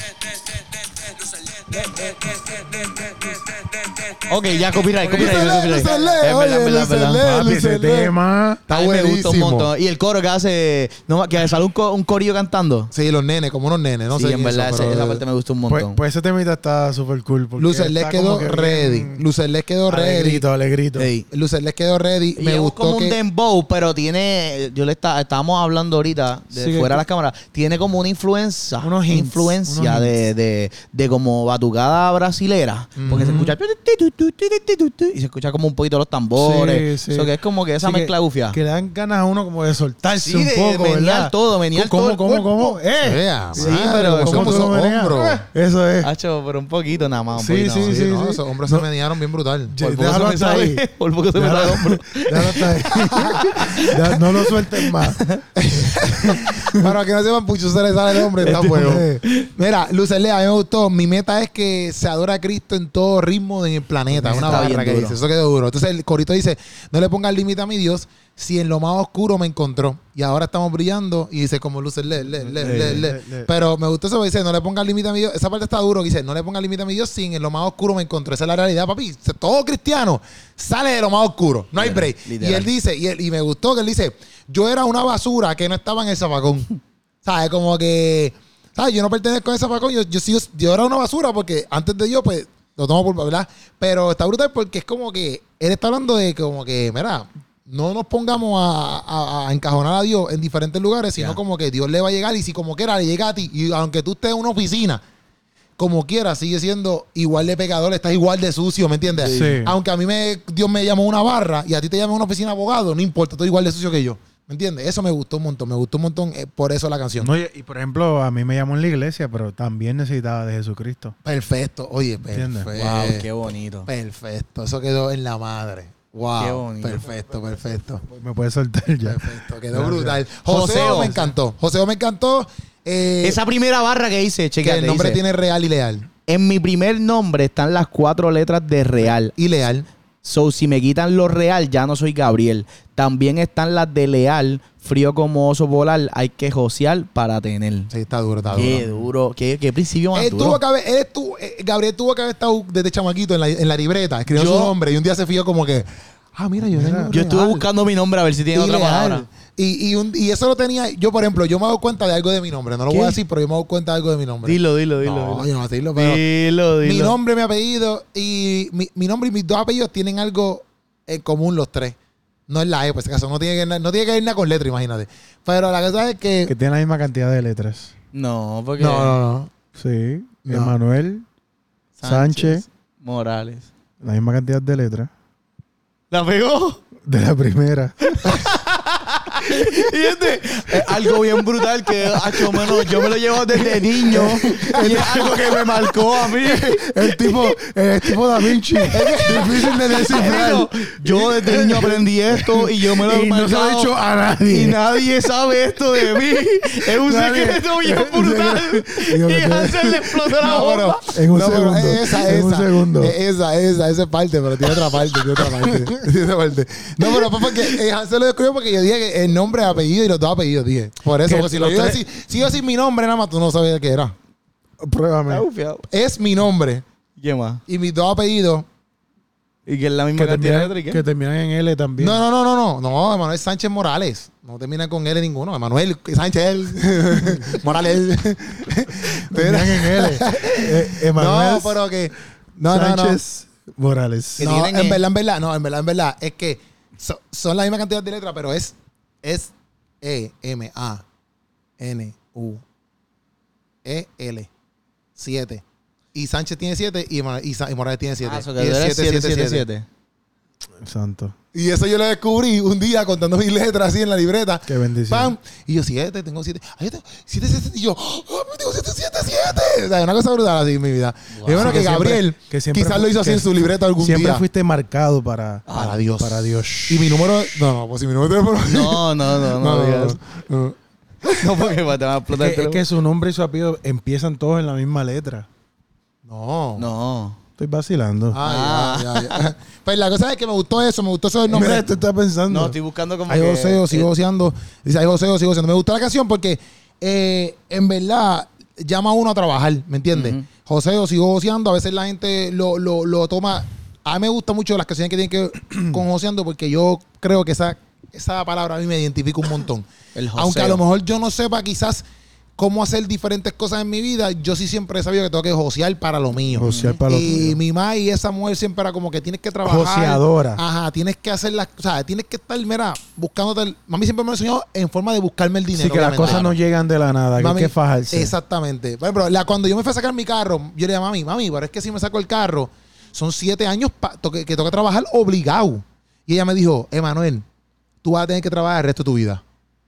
S4: Ok, ya, copyright, copyright.
S1: Lucelé,
S4: copyright.
S1: lucelé,
S4: Es verdad,
S1: oye,
S4: es verdad, es verdad.
S1: lucelé.
S5: Papi, ese
S1: Lucelé.
S5: tema.
S1: Está
S4: A mí me gusta un
S1: buenísimo.
S4: montón. Y el coro que hace. No, que sale un, co- un corillo cantando.
S1: Sí, los nenes, como unos nenes, no
S4: sí,
S1: sé.
S4: en verdad, ese- esa parte me gusta un
S5: Pues,
S4: montón.
S5: pues ese temita está súper cool. porque
S1: Luces
S5: está
S1: LED quedó
S5: como que
S1: ready.
S5: bien
S1: Luces LED quedó ready.
S5: Alegrito, alegrito.
S4: Ey.
S1: Luces LED quedó ready.
S4: Y
S1: Me
S4: es
S1: gustó
S4: como un
S1: que.
S4: dembow, pero tiene. Yo le está, estábamos hablando ahorita, de
S5: Sí, que-
S4: fuera de las cámaras. Tiene como una influencia.
S5: Unos hints,
S4: influencia
S5: unos
S4: de, de, de como batucada brasilera. Porque se escucha. Y se escucha como un poquito los tambores.
S5: Sí, sí.
S4: Eso que es como que esa
S5: Sí,
S4: mezcla
S5: que,
S4: gufia.
S5: Que le dan ganas a uno como de soltarse
S4: Sí,
S5: un
S4: de
S5: poco,
S4: menear
S5: ¿verdad?
S4: todo, menear
S5: ¿Cómo,
S4: todo el
S5: cómo,
S4: cuerpo.
S5: cómo? ¡Eh!
S1: Vea,
S4: Sí,
S1: madre,
S4: pero
S1: ¿cómo
S5: ¿Cómo
S1: somos
S5: tú lo meneas?
S1: hombros?
S5: Eso es.
S4: Hacho, pero un poquito nada más. Un
S5: Sí,
S4: poquito nada
S5: sí,
S4: más.
S1: Sí,
S5: sí,
S1: no,
S5: sí.
S1: esos hombros se menearon bien brutal.
S5: Ya,
S1: Por poco
S5: déjalo
S1: se me
S5: hasta
S1: sale.
S5: ahí.
S4: Por poco se me sale el hombro.
S5: Déjalo hasta ahí. Ya, no lo suelten más.
S1: Para que no sepan, Pucho se le sale el hombre, está bueno. Mira, Lucele, a mí me gustó. Mi meta es que se adora a Cristo en todo ritmo del planeta.
S4: Está
S1: Una
S4: bien
S1: barra que
S4: duro.
S1: dice. Eso quedó duro. Entonces el corito dice: No le pongas límite a mi Dios si en lo más oscuro me encontró. Y ahora estamos brillando. Y dice como luces le, le, le,
S5: Le,
S1: Eh, le,
S5: le,
S1: le.
S4: Eh,
S5: le.
S1: Pero me gustó eso porque dice, no le pongas límite a mi Dios. Esa parte está duro que dice, no le pongas límite a mi Dios si en lo más oscuro me encontró. Esa es la realidad, papi. Todo cristiano sale de lo más oscuro. No hay
S4: Literal,
S1: break. Y
S4: literal.
S1: él dice, y, él- y me gustó que él dice, yo era una basura que no estaba en el zapacón. ¿Sabes? Como que, ¿sabes? Yo no pertenezco a ese zapacón. Yo, yo, sí- yo era una basura porque antes de yo, pues, lo tomo por, ¿verdad? Pero está brutal porque es como que él está hablando de como que, mira, no nos pongamos a, a- a encajonar a Dios en diferentes lugares, sino
S4: Ya.
S1: como que Dios le va a llegar y si como quiera le llega a ti, y aunque tú estés en una oficina, como quiera, sigue siendo igual de pecador, estás igual de sucio, ¿me entiendes?
S5: Sí.
S1: Aunque a mí me, Dios me llamó a una barra y a ti te llamó a una oficina de abogado, no importa, tú igual de sucio que yo. ¿Me entiendes? Eso me gustó un montón, me gustó un montón, eh, por eso la canción.
S5: No, y, y, por ejemplo, a mí me llamó en la iglesia, pero también necesitaba de Jesucristo.
S1: Perfecto, oye,
S5: ¿Entiendes?
S1: perfecto.
S4: Wow, qué bonito.
S1: Perfecto, eso quedó en la madre. Wow,
S4: Qué bonito.
S1: perfecto, perfecto.
S5: Me puede soltar ya.
S1: Perfecto, quedó
S5: Gracias.
S1: brutal. Joseo
S4: Joseo.
S1: me encantó, Joseo me encantó. eh,
S4: Esa primera barra que hice,
S1: que
S4: chequea.
S1: el nombre tiene real y leal.
S4: En mi primer nombre están las cuatro letras de real.
S1: Y leal.
S4: So, si me quitan lo real, ya no soy Gabriel. También están las de leal, frío como oso polar, hay que josear para tener.
S1: Sí, está duro, está
S4: Qué
S1: duro.
S4: duro, qué, qué principio más
S1: Él tuvo
S4: duro.
S1: que haber- él estuvo- eh, Gabriel tuvo que haber estado desde chamaquito en la, en la libreta, escribiendo
S4: Yo-
S1: su nombre y un día se fijó como que, ah, mira, yo tengo
S4: Yo estuve
S1: real.
S4: buscando mi nombre a ver si tiene otra
S1: Ilegal.
S4: palabra.
S1: Y, y, un- y eso lo tenía, yo por ejemplo, yo me doy cuenta de algo de mi nombre, no lo
S4: ¿Qué?
S1: voy a decir, pero yo me doy cuenta de algo de mi nombre.
S4: Dilo, dilo, dilo.
S1: no,
S4: dilo.
S1: yo no voy a decirlo, pero
S4: dilo,
S1: mi
S4: dilo.
S1: nombre, mi apellido y mi, mi nombre y mis dos apellidos tienen algo en común los tres. No es la E, pues, caso. No tiene que, no tiene que ver nada con letra, imagínate. Pero la cosa es que.
S5: Que tiene la misma cantidad de letras.
S4: No, porque.
S1: no, no, no.
S5: Sí.
S1: No.
S5: Emanuel, Sánchez.
S4: Morales.
S5: la misma cantidad de letras.
S4: ¿La pegó?
S5: De la primera.
S4: Y este, es algo bien brutal que, hacho, mano, yo me lo llevo desde niño. Y es algo que me marcó a mí.
S5: el tipo, el tipo Da Vinci. Difícil de descifrar.
S4: Bueno, yo desde niño aprendí esto y yo me lo he
S5: Y no se lo he
S4: marcado.
S5: dicho a
S4: y
S5: nadie.
S4: nadie sabe esto de mí. Es un
S5: Nadie.
S4: secreto bien brutal.
S5: Digo
S4: Y
S5: que-
S4: Hansel le explotó la
S1: No,
S4: bomba.
S1: pero-
S5: En un
S1: no, pero
S5: segundo.
S1: Esa,
S5: En un
S1: esa,
S5: segundo.
S1: eh, Esa, esa, esa es parte, pero tiene otra parte, tiene otra parte. tiene otra parte. No, pero fue porque eh, Hansel lo descubrió porque yo dije que el nombre, apellido y los dos apellidos, dije. Por eso,
S5: Que
S1: porque si lo
S5: los
S1: yo
S5: tres-
S1: decir, si yo decir mi nombre, nada más tú no sabías qué era.
S5: Pruébame.
S4: Está bufiado.
S1: Es mi nombre
S4: ¿Qué más?
S1: y mis dos apellidos.
S4: Y que es la misma
S5: Que
S4: cantidad de Ah,
S5: terminan,
S4: letra y qué.
S5: que terminan en L también.
S1: No, no, no, no, no. No, Emanuel Sánchez Morales. No termina con L ninguno. Emanuel Sánchez Morales.
S5: terminan en L. Eh, Emanuel
S1: no, pero que. No, no, no.
S5: Sánchez Morales.
S4: Que
S1: no,
S4: tienen,
S1: en
S4: eh,
S1: verdad, en verdad, no, en verdad, en verdad, es que so- son la misma cantidad de letras, pero es es E M A N U E L 7. Y Sánchez tiene 7 y, Ma- y Sa- y Morales tiene 7.
S4: Ah, eso que tú eres 777.
S5: Santo.
S1: Y eso yo lo descubrí un día contando mis letras así en la libreta.
S5: Qué bendición.
S1: Pam. Y yo, 7, tengo 7. Ay, yo tengo 7, 7. Y yo, ¡ah, me tengo 7, 7, 7. O sea, una cosa brutal así en mi vida. Y bueno,
S5: Sí,
S1: que,
S5: que siempre-
S1: Gabriel
S5: que siempre
S1: quizás
S5: fu-
S1: lo hizo así
S5: que
S1: en su libreta algún
S5: Siempre
S1: día. Ah,
S5: fuiste marcado para,
S1: Para Dios.
S5: Para Dios.
S1: Y mi número. No, no, pues si mi número de teléfono.
S4: No, no, no, no, digas.
S1: no.
S4: No, porque te va a
S5: Es
S4: explotar.
S5: que, es que su nombre y su apellido empiezan todos en la misma letra.
S1: No.
S4: No.
S5: Estoy vacilando.
S1: Ah, ya, ya, ya. Pues la cosa es que me gustó eso, me gustó eso el nombre.
S5: Mira, esto está pensando.
S4: No, estoy buscando como
S1: Ahí
S4: que- eh,
S1: voceo, sigo
S4: que-
S1: voceando. Dice, ahí voceo, sigo voceando. Me gustó la canción porque, eh, en verdad, llama a uno a trabajar, ¿me entiendes?
S4: Ujú.
S1: Joseo, sigo voceando. A veces la gente lo, lo, lo toma. A mí me gusta mucho las canciones que tienen que ver con voceando porque yo creo que esa, esa palabra a mí me identifica un montón.
S4: El joseo.
S1: Aunque a lo mejor yo no sepa quizás cómo hacer diferentes cosas en mi vida, yo sí siempre he sabido que tengo que josear para lo mío.
S5: Josear para lo
S1: y
S5: tuyo.
S1: mi mamá y esa mujer siempre era como que tienes que trabajar.
S5: Joseadora.
S1: Ajá, tienes que hacer las, o sea, tienes que estar, mira, buscándote. el- mami siempre me lo enseñó en forma de buscarme el dinero.
S5: Así que las
S1: obviamente.
S5: cosas no llegan de la nada, que
S1: Mami,
S5: hay que fajarse.
S1: Exactamente. Por ejemplo, la, cuando yo me fui a sacar mi carro, yo le dije a mami, mami, pero es que si me saco el carro, son siete años pa- to- que, que toca trabajar obligado. Y ella me dijo, Emanuel, tú vas a tener que trabajar el resto de tu vida.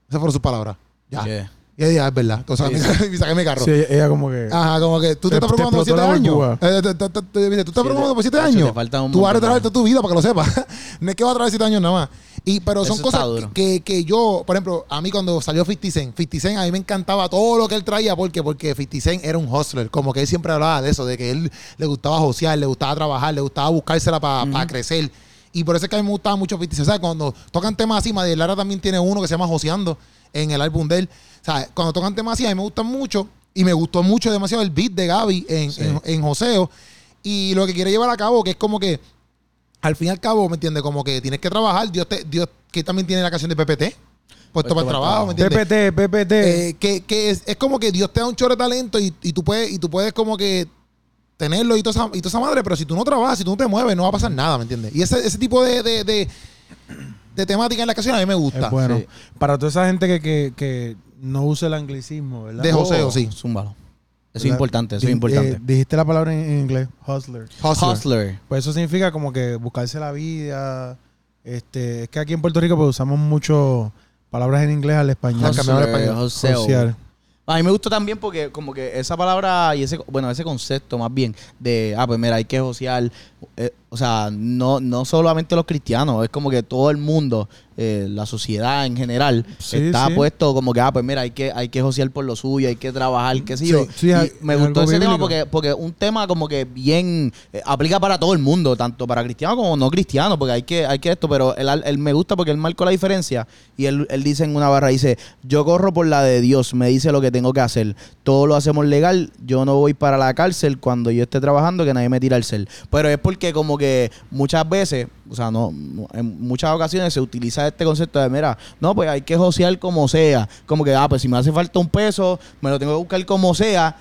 S1: Esas fueron sus palabras. Ya.
S4: Yeah.
S1: Y ella dijo, "Ah, es verdad. Entonces
S4: Sí,
S1: saqué, mi- saqué mi carro.
S5: Sí, ella, ella como que.
S1: Ajá, como que tú te,
S5: Te-
S1: estás
S5: te
S1: preocupando por siete
S5: explotó la
S1: años.
S5: burbuja.
S1: Eh, te- te- te- te- mira, Tú estás
S4: Sí,
S1: preocupando por siete
S4: tacho,
S1: años.
S4: te falta un
S1: Tú vas a
S4: montón,
S1: trabajar
S4: mano.
S1: toda tu vida para que lo sepas. no es que vas a trabajar siete años nada más. Y, pero son
S4: Eso está
S1: cosas
S4: duro.
S1: que, que yo, por ejemplo, a mí cuando salió 50 Cent, 50 Cent a mí me encantaba todo lo que él traía. ¿Por qué? Porque 50 Cent era un hustler. Como que él siempre hablaba de eso, de que él le gustaba josear, le gustaba trabajar, le gustaba buscársela para crecer. Y por eso es que a mí me gustaba mucho 50 Cent. O sea, cuando tocan temas así, Madrid Lara también tiene uno que se llama Joseando en el álbum de él. O sea, cuando tocan temas así, a mí me gustan mucho. Y me gustó mucho demasiado el beat de Gaby en, en- en Joseo. Y lo que quiere llevar a cabo, que es como que al fin y al cabo, ¿me entiendes? Como que tienes que trabajar. Dios, te, Dios que también tiene la canción de PPT, puesto para el trabajo, ¿me entiendes?
S5: PPT, PPT.
S1: Eh, que que es, es como que Dios te da un chorro de talento y, y tú puedes y tú puedes como que tenerlo y toda, esa, y toda esa madre, pero si tú no trabajas, si tú no te mueves, no va a pasar nada, ¿me entiendes? Y ese, ese tipo de, de, de- de temática en la canción a mí me gusta.
S5: es bueno.
S4: sí.
S5: Para toda esa gente que, que, que no usa el anglicismo, ¿verdad?
S1: De José. Joseo,
S4: Oh,
S1: sí.
S4: Zúmbalo. Eso es
S5: ¿Verdad?
S4: importante, eso
S5: Di-
S4: es importante.
S5: eh, dijiste la palabra en, en inglés, hustler.
S1: Hustler.
S4: Hustler.
S5: Pues eso significa como que buscarse la vida. Este, es que aquí en Puerto Rico pues, usamos mucho palabras en inglés al español.
S4: Hustler,
S5: Cambiamos al español.
S4: joseo.
S5: Josear.
S4: A mí me gusta también porque como que esa palabra y ese, bueno, ese concepto más bien de, ah, pues mira, hay que josear, eh, o sea, no, no solamente los cristianos, es como que todo el mundo, eh, la sociedad en general,
S5: Sí,
S4: está
S5: sí.
S4: puesto como que, ah, pues mira, hay que, hay que josear por lo suyo, hay que trabajar, qué sé
S5: Sí,
S4: yo.
S5: sí,
S4: Y
S5: es-
S4: me
S5: es
S4: gustó
S5: algo
S4: ese tema
S5: bíblico.
S4: porque, porque un tema como que bien, eh, aplica para todo el mundo, tanto para cristianos como no cristianos, porque hay que, hay que esto, pero él, él me gusta porque él marcó la diferencia y él, él dice en una barra, dice, yo corro por la de Dios, me dice lo que tengo que hacer, todo lo hacemos legal, yo no voy para la cárcel cuando yo esté trabajando, que nadie me tira el cel. Pero es porque como que muchas veces, o sea, no, no, en muchas ocasiones se utiliza este concepto de, mira, no, pues hay que josear como sea, como que, ah, pues si me hace falta un peso, me lo tengo que buscar como sea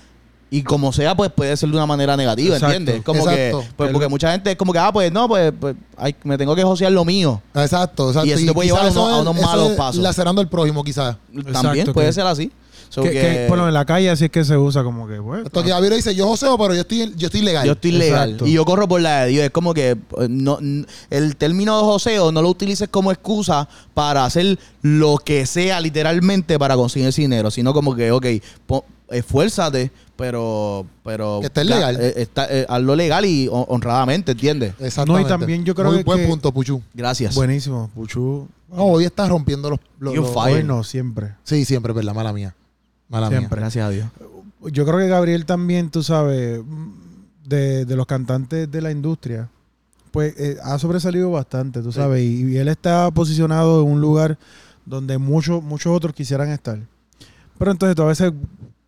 S4: Y como sea, pues puede ser de una manera negativa,
S5: Exacto.
S4: ¿entiendes? Como que,
S1: Exacto.
S4: pues, porque mucha gente es como que, ah, pues no, pues, pues, ay, me tengo que josear lo mío.
S1: Exacto, exacto.
S4: Y eso te puede llevar a
S1: quizás
S4: uno-
S1: eso
S4: a unos
S1: es- eso
S4: malos
S1: es
S4: pasos.
S1: Lacerando al prójimo, quizás.
S4: También
S5: Exacto,
S4: puede
S5: que-
S4: ser así. So
S5: que, que, bueno, en la calle así es que se usa como que, pues, bueno.
S1: Esto que Gabriel dice, yo joseo, pero yo estoy, yo estoy legal.
S4: Yo estoy legal.
S5: Exacto.
S4: Y yo corro por la de Dios. Es como que eh, no, n- el término de joseo no lo utilices como excusa para hacer lo que sea literalmente para conseguir ese dinero, sino como que, ok, po- esfuérzate, pero... pero
S1: Que estés legal.
S4: eh, está- eh, hazlo legal y hon- honradamente, ¿entiendes?
S5: Eh,
S1: Exactamente.
S5: No, y también yo creo
S1: Muy
S5: que-
S1: buen
S5: que-
S1: punto, Puchu.
S4: Gracias.
S5: Buenísimo, Puchu.
S1: No, hoy está rompiendo los... los-
S4: You
S1: los-
S4: fire. Ay.
S5: Bueno, siempre.
S1: Sí, siempre, es verdad. Mala mía. Mala
S5: Siempre.
S4: Gracias a Dios.
S5: Yo creo que Gabriel también, tú sabes, mm, de, de los cantantes de la industria, pues eh, ha sobresalido bastante, tú sabes, y, y él está posicionado en un lugar donde muchos muchos otros quisieran estar. Pero entonces tú a veces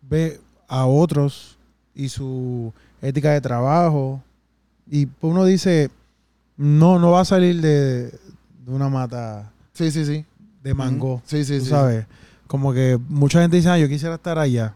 S5: ves a otros y su ética de trabajo, y pues uno dice, no, no va a salir de, de una mata
S1: mía. Sí, sí, sí.
S5: de mango.
S1: Sí, sí,
S5: Tú
S1: sí.
S5: sabes, como que mucha gente dice, ah, yo quisiera estar allá.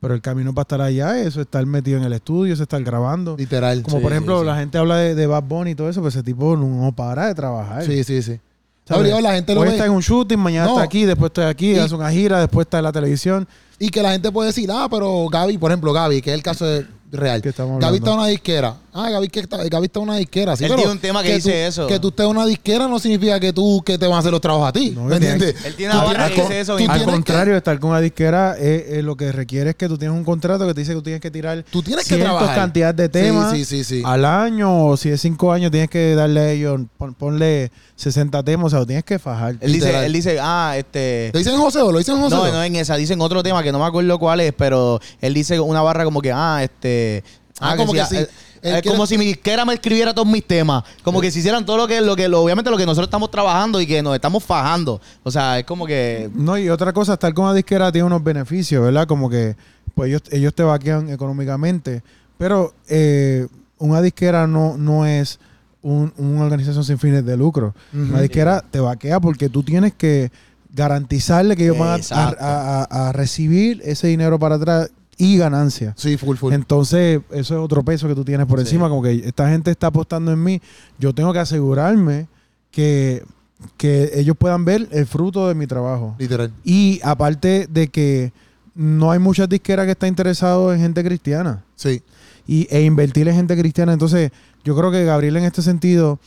S5: Pero el camino para estar allá es eso, estar metido en el estudio, es estar grabando.
S1: Literal.
S5: Como
S4: Sí,
S5: por
S4: sí,
S5: ejemplo,
S4: sí.
S5: la gente habla de, de Bad Bunny y todo eso, pues ese tipo no, no para de trabajar.
S1: Sí, sí, sí.
S5: ¿Sabes?
S1: Obligado, la gente lo
S5: Hoy
S1: ve.
S5: está en un shooting, mañana
S1: No.
S5: está aquí, después está aquí,
S1: Y-
S5: hace una gira, después está en la televisión.
S1: Y que la gente puede decir, ah, pero Gaby, por ejemplo, Gaby, que es el caso de- real.
S5: Que estamos
S1: Gaby
S5: hablando.
S1: está en una disquera. Ah, Gaby, que está, Gaby está en una disquera. Sí,
S4: Él
S1: pero
S4: tiene un tema que dice
S1: tú-
S4: eso.
S1: Que tú estés en una disquera no significa que tú que te van a hacer los trabajos a ti.
S5: No,
S1: ¿Me
S5: tiene-
S1: entiendes?
S4: Él tiene
S1: Tú
S4: una barra
S1: tienes
S4: que
S1: con-
S4: dice eso.
S1: tú
S4: y-
S1: tienes
S5: Al
S1: que-
S5: contrario, estar con una disquera es, es lo que requiere es que tú tienes un contrato que te dice que tú tienes que tirar
S1: Tú tienes que
S5: ciertas
S1: trabajar.
S5: cantidad de
S1: Sí,
S5: temas
S1: Sí, sí, sí.
S5: al año, o si es cinco años, tienes que darle a ellos, pon- ponle 60 temas, o sea, lo tienes que fajar.
S4: Él dice,
S1: literal.
S4: él dice, ah, este...
S1: ¿Lo dicen José o lo dicen José?
S4: No, no en esa. Dicen otro tema que no me acuerdo cuál es, pero él dice una barra como que, ah, este.
S1: Ah, como que si-
S4: ah,
S1: él
S4: es
S1: quiere-
S4: como si mi disquera me escribiera todos mis temas. Como que si hicieran todo lo que, lo que lo, obviamente, lo que nosotros estamos trabajando y que nos estamos fajando. O sea, es como que.
S5: No, y otra cosa, estar con la disquera tiene unos beneficios, ¿verdad? Como que pues ellos, ellos te vaquean económicamente. Pero eh, una disquera no, no es un- una organización sin fines de lucro. Una disquera te vaquea porque tú tienes que garantizarle que ellos van a- a,
S4: Exacto.
S5: a- a- a recibir ese dinero para atrás y ganancia.
S1: Sí, full, full.
S5: Entonces, eso es otro peso que tú tienes por
S4: Sí.
S5: encima. Como que esta gente está apostando en mí. Yo tengo que asegurarme que, que ellos puedan ver el fruto de mi trabajo.
S1: Literal.
S5: Y aparte de que no hay muchas disqueras que están interesadas en gente cristiana
S1: Sí.
S5: y, e invertir en gente cristiana. Entonces, yo creo que Gabriel en este sentido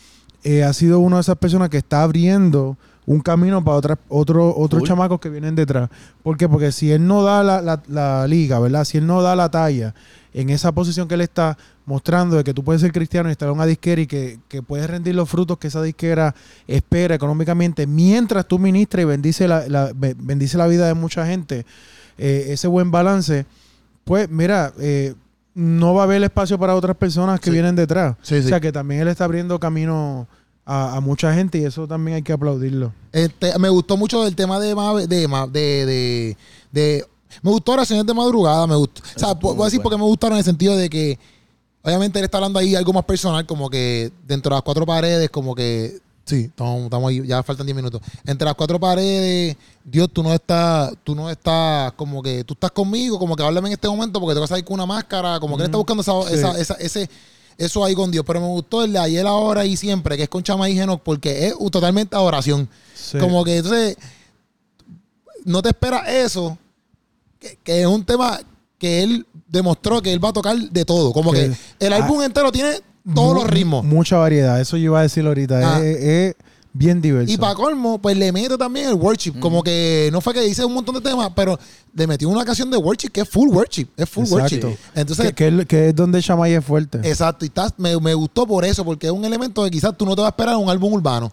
S5: eh, ha sido una de esas personas que está abriendo un camino para otras, otro, otros
S4: Cool.
S5: chamacos que vienen detrás. ¿Por qué? Porque si él no da la, la- la liga, ¿verdad? Si él no da la talla en esa posición que él está mostrando de que tú puedes ser cristiano y estar en una disquera y que, que puedes rendir los frutos que esa disquera espera económicamente mientras tú ministras y bendice la, la- be- bendice la vida de mucha gente, eh, ese buen balance, pues mira, eh, no va a haber espacio para otras personas que
S1: Sí.
S5: vienen detrás.
S1: Sí, sí.
S5: O sea que también él está abriendo camino a, a mucha gente y eso también hay que aplaudirlo.
S1: Este, me gustó mucho el tema de, ma- de, ma- de, de, de- me gustó oraciones de madrugada, me gustó. O sea,
S4: estuvo
S1: po- voy a decir
S4: muy
S1: porque me gustaron en el sentido de que obviamente él está hablando ahí algo más personal, como que dentro de las cuatro paredes, como que sí, estamos, estamos ahí, ya faltan 10 minutos. Entre las cuatro paredes, Dios, tú no estás, tú no estás como que tú estás conmigo, como que háblame en este momento porque te vas a ir con una máscara, como que él está buscando esa,
S5: Sí.
S1: esa- esa- ese eso ahí con Dios, pero me gustó el de ayer, ahora y siempre, que es con Chama y Genoc, porque es uh, totalmente adoración. Como que entonces no te espera eso, que, que es un tema que él demostró que él va a tocar de todo. Como
S5: Que-
S1: que el
S5: ah,
S1: álbum entero tiene todos
S5: Mu-
S1: los ritmos.
S5: Mucha variedad, eso yo iba a decir ahorita.
S1: Ah.
S5: Es, es bien diverso.
S1: Y para colmo, pues le mete también el worship.
S5: Mm.
S1: Como que no fue que dice un montón de temas, pero le metió una canción de worship que es full worship. Es full
S5: Exacto.
S1: worship. Entonces,
S5: que, que es, que es donde Shamay es fuerte.
S1: exacto. Y estás- me, me gustó por eso, porque es un elemento que quizás tú no te vas a esperar en un álbum urbano.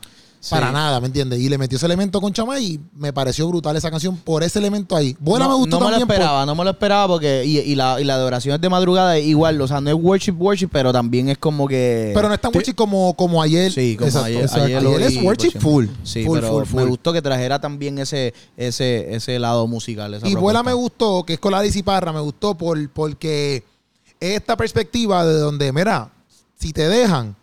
S1: Para nada, ¿me entiendes? Y le metió ese elemento con Chama y me pareció brutal esa canción por ese elemento ahí. Buena me
S4: no,
S1: gustó
S4: no me lo
S1: también. pues. por-
S4: esperaba, no me lo esperaba porque. Y, y la, y la de oraciones de madrugada es igual. O sea, no es worship, worship, pero también es como que.
S1: Pero no es tan worship como, como ayer.
S4: Sí, como
S1: Exacto,
S4: ayer,
S1: exacto.
S4: ayer lo
S1: es
S4: vi,
S1: worship
S4: por
S1: full.
S4: Sí,
S1: full,
S4: pero
S1: full,
S4: me
S1: full.
S4: gustó que trajera también ese, ese, ese lado musical. esa
S1: Y Vuela
S4: propuesta.
S1: me gustó, que es con Larry Parra, me gustó por, porque esta perspectiva de donde, mira, si te dejan,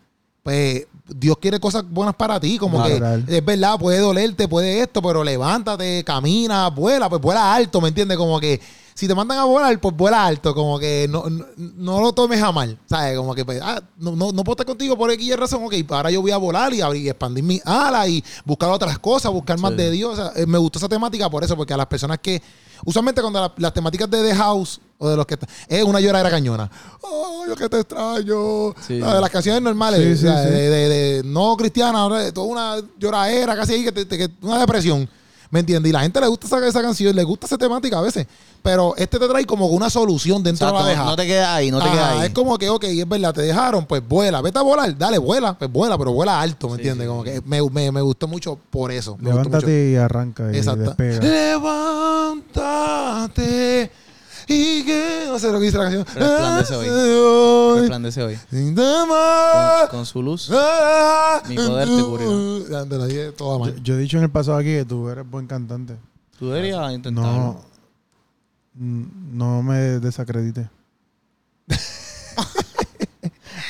S1: pues Dios quiere cosas buenas para ti, como
S5: Claro.
S1: que es verdad, puede dolerte, puede esto, pero levántate, camina, vuela, pues vuela alto, ¿me entiendes? Como que si te mandan a volar, pues vuela alto, como que no, no, no lo tomes a mal, ¿sabes? Como que, pues, ah, no, no, no puedo estar contigo por X y razón, ok, ahora yo voy a volar y abrir y expandir mis alas y buscar otras cosas, buscar más
S4: Sí.
S1: de Dios. O sea, eh, me gustó esa temática por eso, porque a las personas que, usualmente cuando la- las temáticas de The House o de los que, es una lloradera cañona. Oh, yo que te extraño.
S4: Sí.
S1: La de las canciones normales,
S5: Sí, sí,
S1: o sea,
S5: sí.
S1: De, de- de no cristiana, ahora de toda una lloradera, casi ahí, que te- te- que una depresión. ¿Me entiendes? Y la gente le gusta esa, esa canción, le gusta esa temática a veces. Pero este te trae como una solución dentro
S4: Exacto,
S1: de la
S4: no,
S1: deja.
S4: no te quedas ahí, no te
S1: Ajá,
S4: quedas ahí.
S1: Es como que, ok, es verdad, te dejaron, pues vuela, vete a volar, dale, vuela, pues vuela, pero vuela alto, ¿me entiendes? Como que me, me- me gustó mucho por eso. Me gustó mucho.
S5: Levántate y arranca y
S1: Exacto.
S5: despega.
S1: Levántate y que. No sé lo que dice la canción.
S4: Resplandece hoy.
S1: Hoy.
S4: Resplandece hoy.
S1: Sin demás.
S4: Con, con su luz.
S1: Ah, uh,
S4: Mi poder te cubrirá.
S1: Ya, te la dije toda
S5: Yo,
S1: mal.
S5: yo he dicho en el pasado aquí que tú eres buen cantante.
S4: Tú deberías intentarlo.
S5: No, mm, no me desacredites.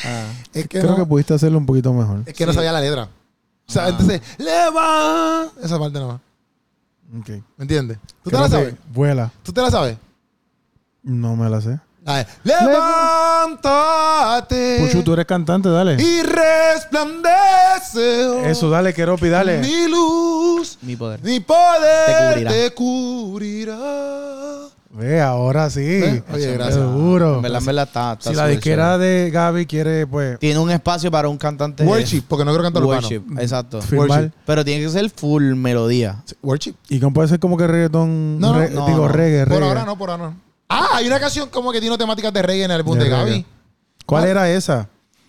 S4: Ah.
S1: Es que,
S5: Creo
S1: no, Eh,
S5: que pudiste hacerlo un poquito mejor.
S1: es que no
S4: Sí.
S1: sabía la letra. O sea,
S4: Ah.
S1: entonces, leva. Esa parte nomás.
S5: Ok.
S1: ¿Me entiendes? ¿Tú te
S5: Creo
S1: la
S5: que
S1: sabes?
S5: Vuela.
S1: ¿Tú te la sabes?
S5: No me la sé.
S1: A ver, levántate.
S5: Puchu, tú eres cantante, dale.
S1: Y resplandece. oh,
S5: Eso, dale, Keropi, dale.
S1: Mi luz,
S4: Mi poder.
S1: mi poder
S4: Te cubrirá.
S1: te cubrirá.
S5: Ve, ahora sí.
S1: ¿Eh? Oye, gracias.
S5: Seguro.
S4: En verdad, en verdad está. está
S5: Si la
S4: súper
S5: disquera de Gaby quiere, pues,
S4: chévere. Tiene un espacio para un cantante.
S1: Worship, porque no quiero cantar urbano.
S4: Worship, exacto.
S5: firmar.
S4: Pero tiene que ser full melodía.
S1: Worship.
S5: Y que puede ser como que reggaetón.
S1: No,
S5: re-
S4: no,
S5: digo,
S4: no.
S5: reggae,
S1: Por
S5: reggae.
S1: ahora no, por ahora no. Ah, hay una canción como que tiene temáticas de reggae en el álbum
S5: De
S1: de Gaby.
S5: reggae.
S1: Ah.
S5: ¿Cuál era esa?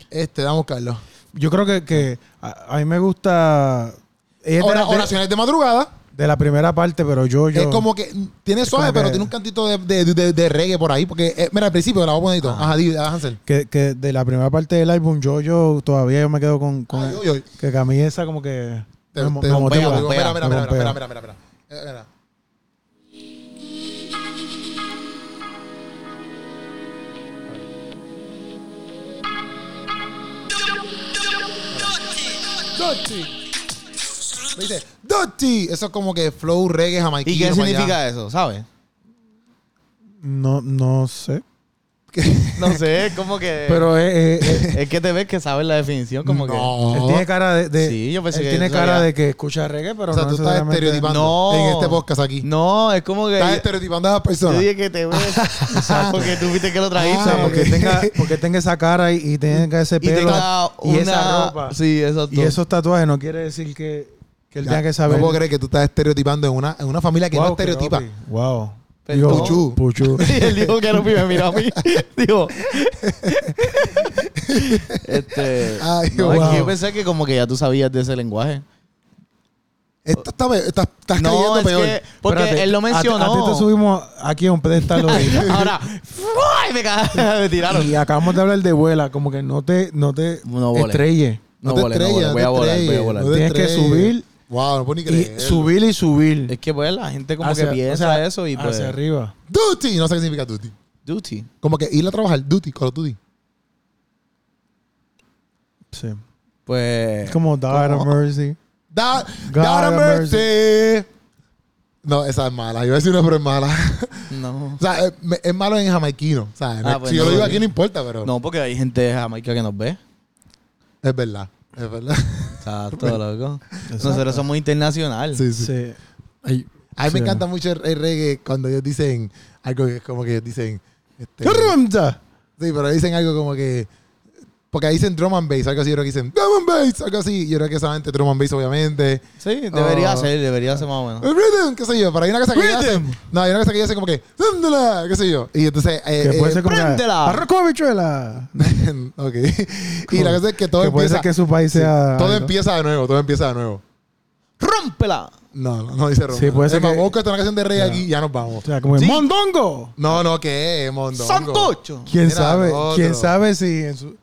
S1: Este, damos Carlos.
S5: Yo creo que, que a, a mí me gusta. ella es de,
S1: Ora-
S5: la, de-
S1: oraciones de madrugada.
S5: de la primera parte, pero yo. yo
S1: Es como que tiene suave,
S5: como que-
S1: pero tiene un cantito de, de- de- de reggae por ahí. Porque, eh, mira, al principio la voy a poner y todo. Ajá, di, ah, Hansel.
S5: que, que de la primera parte del álbum, yo, yo todavía yo me quedo con. con
S1: Ah, yo- yo-
S5: Que que a mí esa como que.
S1: Te,
S5: me-
S1: te
S5: me
S1: bombea,
S5: motiva.
S1: te bombea.
S4: me
S1: Mira, mira, mira, mira,
S5: bombea.
S1: mira, mira, mira. Eh, mira. Dotti. ¿Viste? Dotti. Eso es como que flow reggae jamaiquino.
S4: ¿Y qué
S1: para allá.
S4: significa eso? ¿Sabes?
S5: No, no sé.
S1: Eh.
S4: No sé, es como que.
S5: Pero eh, eh, eh,
S4: es que te ves que sabes la definición, como que.
S5: él tiene cara de. de-
S4: Sí, yo pensé
S5: él
S4: que
S5: tiene
S4: yo
S5: cara
S4: sabía.
S5: de que escucha reggae, pero
S1: O sea,
S5: no
S1: tú estás
S5: necesariamente-
S1: estereotipando
S4: No.
S1: en este podcast aquí. este
S4: No, es como que.
S1: Estás estereotipando a las
S4: Yo
S1: personas.
S4: dije que te ves. o sea, porque tú viste que lo
S5: O
S4: trajiste.
S1: Ah,
S5: sea, Ah, porque, tenga, porque tenga esa cara y, y tenga ese
S4: y
S5: pelo
S4: tenga
S5: y
S4: una.
S5: esa ropa
S4: Sí, exacto.
S5: y esos tatuajes no quiere decir que, que él
S1: Ya,
S5: tenga que saber
S1: No puedo creer que tú estás estereotipando en una, en una familia que no
S5: Wow,
S1: estereotipa.
S5: Keropi. Wow.
S4: Perdón.
S5: Puchu. Puchu.
S4: Y él dijo que no me miró a mí. Digo. este.
S1: Ay,
S4: no, es
S1: wow.
S4: que yo pensé que como que ya tú sabías de ese lenguaje.
S1: Esto está, pe- está- estás
S4: No,
S1: cayendo
S4: es
S1: peor.
S4: que. Porque
S5: Espérate,
S4: él lo
S5: a- A, ti te
S4: mencionó.
S5: subimos aquí a un pedestal ahorita.
S4: Ahora. ¡Ay! Me, ca- me tiraron.
S5: y acabamos de hablar de vuela, como que no te, no te
S4: No volé.
S5: estrelles.
S4: No,
S1: te
S4: volé, no
S1: estrelles,
S4: volé. Voy a
S1: no te
S4: volar, voy a
S1: estrelles,
S4: volar.
S1: no te
S5: Tienes que
S1: estrellas.
S5: subir
S1: Wow, no puedo ni
S5: y
S1: creer.
S5: subir y subir.
S4: Es que pues la gente como
S5: Hacia-
S4: que piensa
S5: Ah, o sea, ah,
S4: eso y pues.
S5: hacia arriba.
S1: Duty. No sé qué significa duty.
S4: Duty.
S1: Como que ir a trabajar. Duty, call of duty.
S5: Sí.
S4: Pues.
S5: Es como Dar a Mercy.
S1: Da,
S5: God
S1: God
S5: have
S1: mercy. No, esa es mala. Yo iba a decir una, pero es mala.
S4: No.
S1: o sea, es, me- es malo en jamaiquino. O sea, no-
S4: Ah, pues
S1: si yo
S4: no,
S1: lo digo
S4: sí.
S1: aquí no importa, pero
S4: No, porque hay gente de Jamaica que nos ve.
S1: es verdad. Es verdad.
S4: Exacto, loco. Nosotros somos internacional.
S1: sí, sí.
S5: Sí.
S1: Ay, a mí
S5: Sí.
S1: me encanta mucho el, el reggae cuando ellos dicen algo que es como que ellos dicen. Este,
S5: ¡Caramba!
S1: Sí, pero dicen algo como que. Porque ahí dicen drum and bass, algo así. Yo creo que dicen drum and bass, algo así. Yo creo que solamente drum and bass, obviamente.
S4: Sí, debería
S5: Ah,
S1: Oh.
S4: ser, debería ser más o menos.
S1: El Rhythm, qué sé yo. Pero hay una cosa que ellos
S4: Rhythm.
S1: hacen. No, hay una cosa que ellos hacen como que. "Dándala", qué sé yo. Y entonces. eh,
S5: Que puede
S1: eh,
S5: ser como que,
S4: ¡préndela!
S5: arroz con habichuela.
S1: ok. Y la cosa es que todo
S5: que puede
S1: empieza.
S5: ser que su país
S1: sí,
S5: sea.
S1: todo
S5: algo.
S1: empieza de nuevo, todo empieza de nuevo.
S4: ¡Rómpela!
S1: No, no, no dice Roma.
S5: Sí, puede ser
S1: que.
S5: que-
S1: Vamos a cantar una canción de rey
S5: Ya.
S1: aquí y ya nos vamos.
S5: O sea, como el
S4: Sí.
S5: mondongo.
S1: No, no, ¿qué es, Mondongo?
S4: ¡Sancocho!
S5: ¿Quién
S1: Mira,
S5: sabe?
S1: otro.
S5: ¿Quién sabe si en su,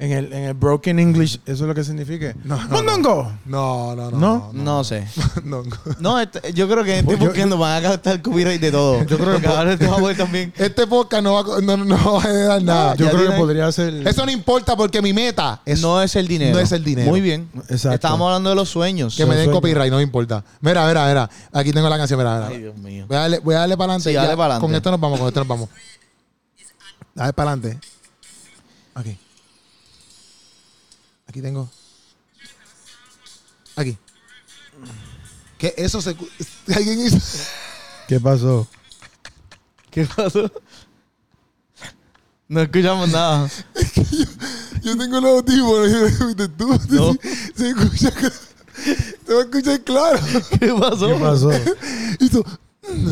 S5: En el, en el broken English, eso es lo que significa.
S1: No, no,
S5: ¡Mondongo!
S1: No, no, no.
S5: ¿No?
S4: No sé.
S1: no.
S4: No, este- yo creo que
S5: Yo-
S4: este podcast nos van a gastar el copyright de todo. Yo creo que ahora este va a poder también.
S1: Este podcast no va, a co- no, no va a generar nada.
S5: Yo
S4: Ah, Ya
S5: creo que
S4: tiene-
S5: podría ser.
S1: Eso no importa porque mi meta es
S4: no es el dinero.
S1: no es el dinero.
S4: Muy bien.
S5: Exacto.
S4: Estábamos hablando de los sueños.
S1: que me den
S5: sueño.
S1: copyright, no me importa. Mira, mira, mira. Aquí tengo la canción, mira, mira.
S4: Ay, Dios mío.
S1: Voy a darle, voy a darle para adelante.
S4: Sí, dale pa'lante.
S1: Con esto nos vamos, con esto nos vamos. Dale para adelante. Aquí. Aquí tengo. Aquí. Que eso se. cu- Alguien hizo.
S5: ¿Qué pasó?
S4: ¿Qué pasó? No escuchamos nada.
S1: Yo tengo los audífonos. Yo me tú.
S4: No.
S1: Se escucha. Se va a escuchar claro.
S4: ¿Qué pasó?
S5: ¿Qué pasó?
S1: Y tú.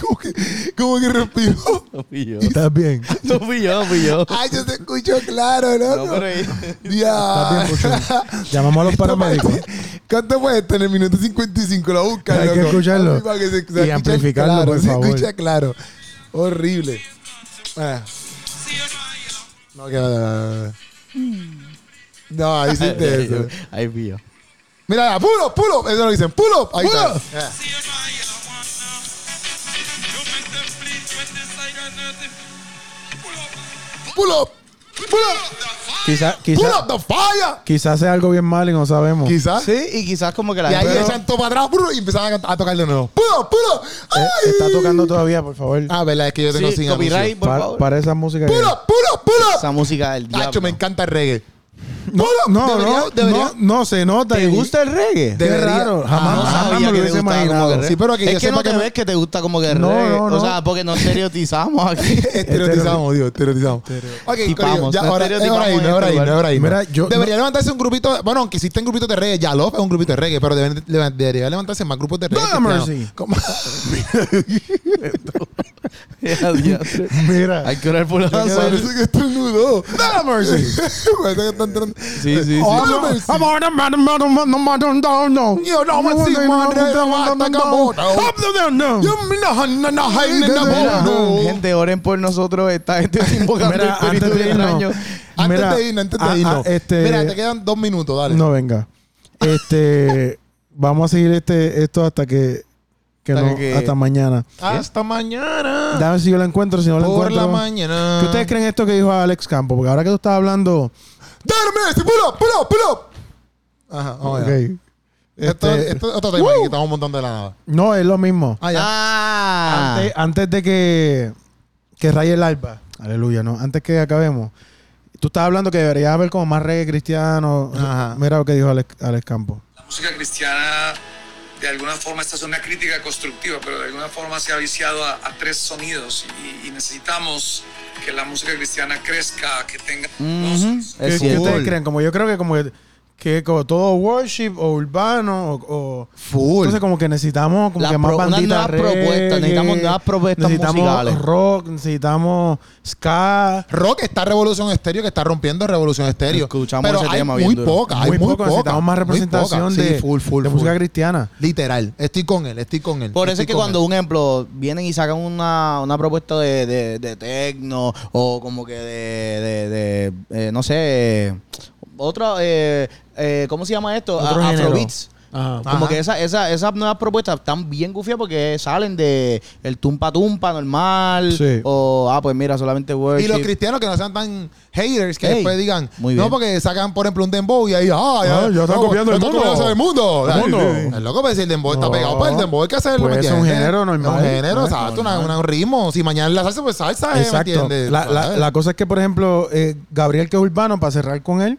S1: Como que, como que respiró.
S4: No fui yo.
S5: ¿Estás bien?
S4: No fui yo, no fui yo.
S1: Ay, yo te escucho claro,
S4: No,
S1: loco.
S4: pero-
S1: Ya.
S5: ¿Estás bien, Puchón? Llamamos a los paramédicos.
S1: ¿Cuánto fue esto en el minuto 55? Lo buscan,
S5: Hay que
S1: loco.
S5: escucharlo.
S1: Así para que se- se
S5: Y
S1: escuche
S5: amplificarlo,
S1: claro,
S5: por favor.
S1: Se escucha claro. Horrible. Ah. No, que... No, hiciste eso.
S4: Ahí fui yo.
S1: Mira, pull up, pull up. Eso lo dicen. Pull up. Ahí está. Ah. Pull up. Pull up.
S5: Quizás
S1: Pull
S5: quizá,
S1: up the fire.
S5: quizá sea algo bien mal y no sabemos.
S1: Quizás.
S4: Sí, y quizás como que la
S1: Y ahí
S4: gente-
S1: echan todo para atrás brr, y empezaban a, cantar- a tocar de nuevo. ¡Puro, puro!
S5: Eh,
S1: ¡Ay!
S5: está tocando todavía, por favor.
S1: Ah, verdad, es que yo tengo
S4: Sí,
S1: sin
S4: copyright, por
S5: Pa-
S4: favor.
S5: para esa música. que-
S1: ¡Puro, puro, puro!
S4: Esa música del diablo. Eh,
S1: Nacho, me encanta el reggae. Eh,
S5: No, no,
S1: Debería-
S5: no,
S1: debería-
S5: no, no se nota.
S4: ¿Te
S5: Y-
S4: gusta el
S5: Qué
S4: reggae?
S1: Debería-
S5: raro.
S4: Ah,
S5: Jamás,
S4: no
S5: jamás
S4: sabía
S5: me lo
S4: que
S5: hubiese
S4: te gustaba
S5: imaginado.
S4: como que
S1: Sí, pero que
S4: es
S1: yo
S4: que
S1: sepa
S4: no te
S1: que no-
S4: ves que te gusta como que
S5: No,
S4: reggae.
S5: no,
S4: O
S5: no.
S4: sea, porque no estereotizamos aquí.
S1: Estereotizamos, Dios, estereotizamos. Ok, corillo,
S4: Tipamos,
S1: ya,
S4: no
S1: ahora es hora de irnos, es
S4: estereotipamos
S1: hora de
S4: en
S1: irnos,
S4: este
S1: es hora de irnos.
S5: Mira, yo-
S1: Debería levantarse un grupito, de- bueno, aunque existen grupitos de reggae, ya Love es un grupito de reggae, pero deben- deben- debería levantarse más grupos de reggae.
S5: Dame
S1: cristianos.
S5: mercy.
S1: Como-
S5: Mira.
S4: Hay que orar por la
S1: Parece que estornudó.
S5: Dame mercy.
S1: Parece que está entrando.
S4: Sí, sí, sí.
S1: Oh,
S5: No,
S1: dame mercy.
S5: I'm on a man, man, man, man, man, man, man, man.
S1: Yo, no, man, sí, man, de- hasta que bota.
S5: Up to them, no.
S1: Yo, mira, na, na, na, na, na,
S5: Mira,
S1: no.
S4: Gente, oren por nosotros. Esta gente está invocando
S5: Mira,
S4: el espíritu
S5: antes de
S4: de
S5: irnos.
S4: extraño.
S1: Antes
S5: Mira,
S1: de irnos, antes
S5: ah, ah,
S1: de irnos.
S5: este-
S1: Mira, te quedan dos minutos, dale.
S5: No venga. Este, vamos a seguir este, esto hasta que, que
S4: Hasta
S5: no,
S4: que-
S5: hasta mañana.
S1: Hasta mañana.
S5: Dame si yo la encuentro, si no la
S1: por la
S5: encuentro.
S1: mañana.
S5: ¿Qué ustedes creen esto que dijo Alex Campo? Porque ahora que tú estás hablando,
S1: Dale, mira, sí, pull up, pull up, pull up. Ajá, vamos allá.
S5: ok.
S1: Oh, Esto,
S5: Este-
S1: esto es otro tema que estamos montando de la nada.
S5: no es lo mismo.
S1: Ah, ya.
S4: Ah.
S5: Antes, antes de que, que raye el alba, aleluya, ¿no? Antes que acabemos, tú estabas hablando que debería haber como más reggae cristiano.
S1: Ajá.
S5: Mira lo que dijo Alex, Alex Campo.
S6: La música cristiana, de alguna forma, esta es una crítica constructiva, pero de alguna forma se ha viciado a, a tres sonidos y, y necesitamos que la música cristiana crezca, que tenga...
S4: Ujú,
S5: ¿Qué,
S4: Es
S5: qué
S4: cierto.
S5: ustedes creen? Como yo creo que como que, que como todo worship o urbano o- o
S1: Full.
S5: Entonces como que necesitamos como
S4: La
S5: que más
S4: pro- unas
S5: banditas
S4: nuevas propuestas, necesitamos
S5: reggae,
S4: nuevas propuestas
S5: necesitamos
S4: musicales.
S5: rock, necesitamos ska.
S1: Rock está Revolución Estéreo, que está rompiendo Revolución Estéreo.
S4: Escuchamos
S1: pero
S4: ese
S1: hay
S4: tema bien
S1: muy
S4: duro.
S1: poca, hay muy
S5: poco,
S1: poca.
S5: necesitamos más
S1: muy poca.
S5: representación
S1: Sí,
S5: de,
S1: full, full,
S5: de
S1: full.
S5: música cristiana.
S1: Literal, estoy con él, estoy con él.
S4: Por eso
S1: estoy
S4: es que
S1: con
S4: cuando
S1: él.
S4: un ejemplo vienen y sacan una, una propuesta de, de, de tecno o como que de, de, de, eh, no sé, eh, otro, eh, eh, ¿cómo se llama esto?
S5: Otro
S4: A-
S5: género.
S4: Afrobeats.
S5: Ajá.
S4: Como
S1: Ajá.
S4: que esa, esa, esas nuevas propuestas están bien gufias porque salen de el tumpa tumpa normal
S5: Sí.
S4: o ah pues mira solamente
S1: Y los
S4: worship.
S1: cristianos que no sean tan haters, que
S4: Ey,
S1: después digan,
S4: muy
S1: no,
S4: bien.
S1: porque sacan, por ejemplo, un dembow y ahí, ah,
S5: Ah, ya está
S1: no,
S5: copiando el
S1: está
S5: mundo.
S1: copiándose del mundo.
S5: El
S1: Ay,
S5: mundo.
S1: Es loco, pero si el dembow está
S5: No.
S1: pegado para el dembow, hay que hacerlo.
S5: Pues
S1: ¿me
S5: es un
S1: entiendes?
S5: género normal.
S1: Es un género,
S5: Ah,
S1: exacto, una- una- un ritmo. Si mañana es la salsa, pues salsa, eh, ¿me
S5: Exacto.
S1: entiendes?
S5: La, la-
S1: ¿Sabes?
S5: la cosa es que, por ejemplo, eh, Gabriel, que es urbano, para cerrar con él,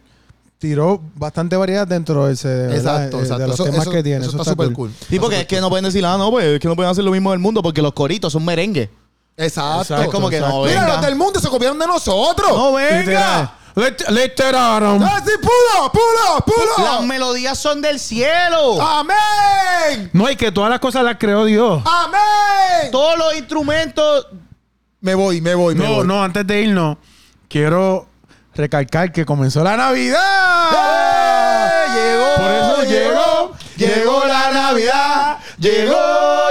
S5: tiró bastante variedad dentro de ese ¿verdad?
S1: Exacto,
S5: Eh,
S1: exacto.
S5: de los
S1: Eso-
S5: temas
S1: eso-
S5: que tiene. Eso, está
S1: súper cool.
S5: cool.
S4: Sí, porque es que no pueden decir, ah, no, pues es que no pueden hacer lo mismo del mundo porque los coritos son merengue.
S1: Exacto.
S4: Es como que no,
S1: Mira,
S4: venga.
S1: los del mundo se copiaron de nosotros.
S4: No,
S5: Literal.
S4: venga.
S5: Lit- Literarum.
S1: ¡Ah, sí, puro, puro,
S4: Las
S1: puro!
S4: melodías son del cielo.
S1: ¡Amén!
S5: No, y que todas las cosas las creó
S1: Ah,
S5: Dios.
S1: ¡Amén!
S4: Todos los instrumentos
S1: Me voy, me voy, me
S5: No,
S1: voy.
S5: no, antes de irnos, quiero recalcar que comenzó la
S1: ¡Eh!
S5: Navidad.
S1: Llegó,
S5: Por eso ¡Eh! llegó, llegó la Navidad. Llegó,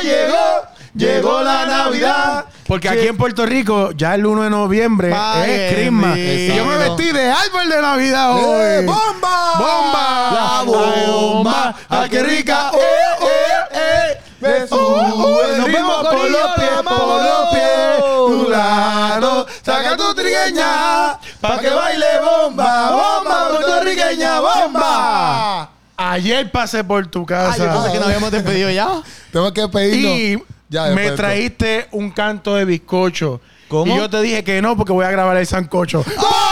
S5: llegó, llegó la Navidad. Porque aquí en Puerto Rico, ya el 1 de noviembre es
S4: Vaya,
S5: Christmas.
S1: Dios.
S5: Y yo me vestí de árbol de Navidad hoy.
S1: ¡Eh, ¡Bomba!
S5: ¡Bomba!
S1: ¡La bomba!
S5: ¡Ay, qué rica! ¡Eh, eh, eh!
S1: Me
S5: Uh, uh,
S1: sube
S5: Nos
S1: Oh, el
S5: vemos
S1: ritmo,
S5: por
S1: corillo,
S5: los pies,
S1: la
S5: por los pies, Tulano. Saca tu trigueña, pa' que baile bomba, bomba, puertorriqueña, bomba. Ayer pasé por tu
S4: Ah, yo pensé
S5: casa
S4: que nos habíamos despedido ya.
S1: Tengo que pedirlo.
S5: y
S1: Ya,
S5: me
S1: después,
S5: traíste un canto de bizcocho. Y yo te dije que no porque voy a grabar el sancocho.
S1: ¡Ah!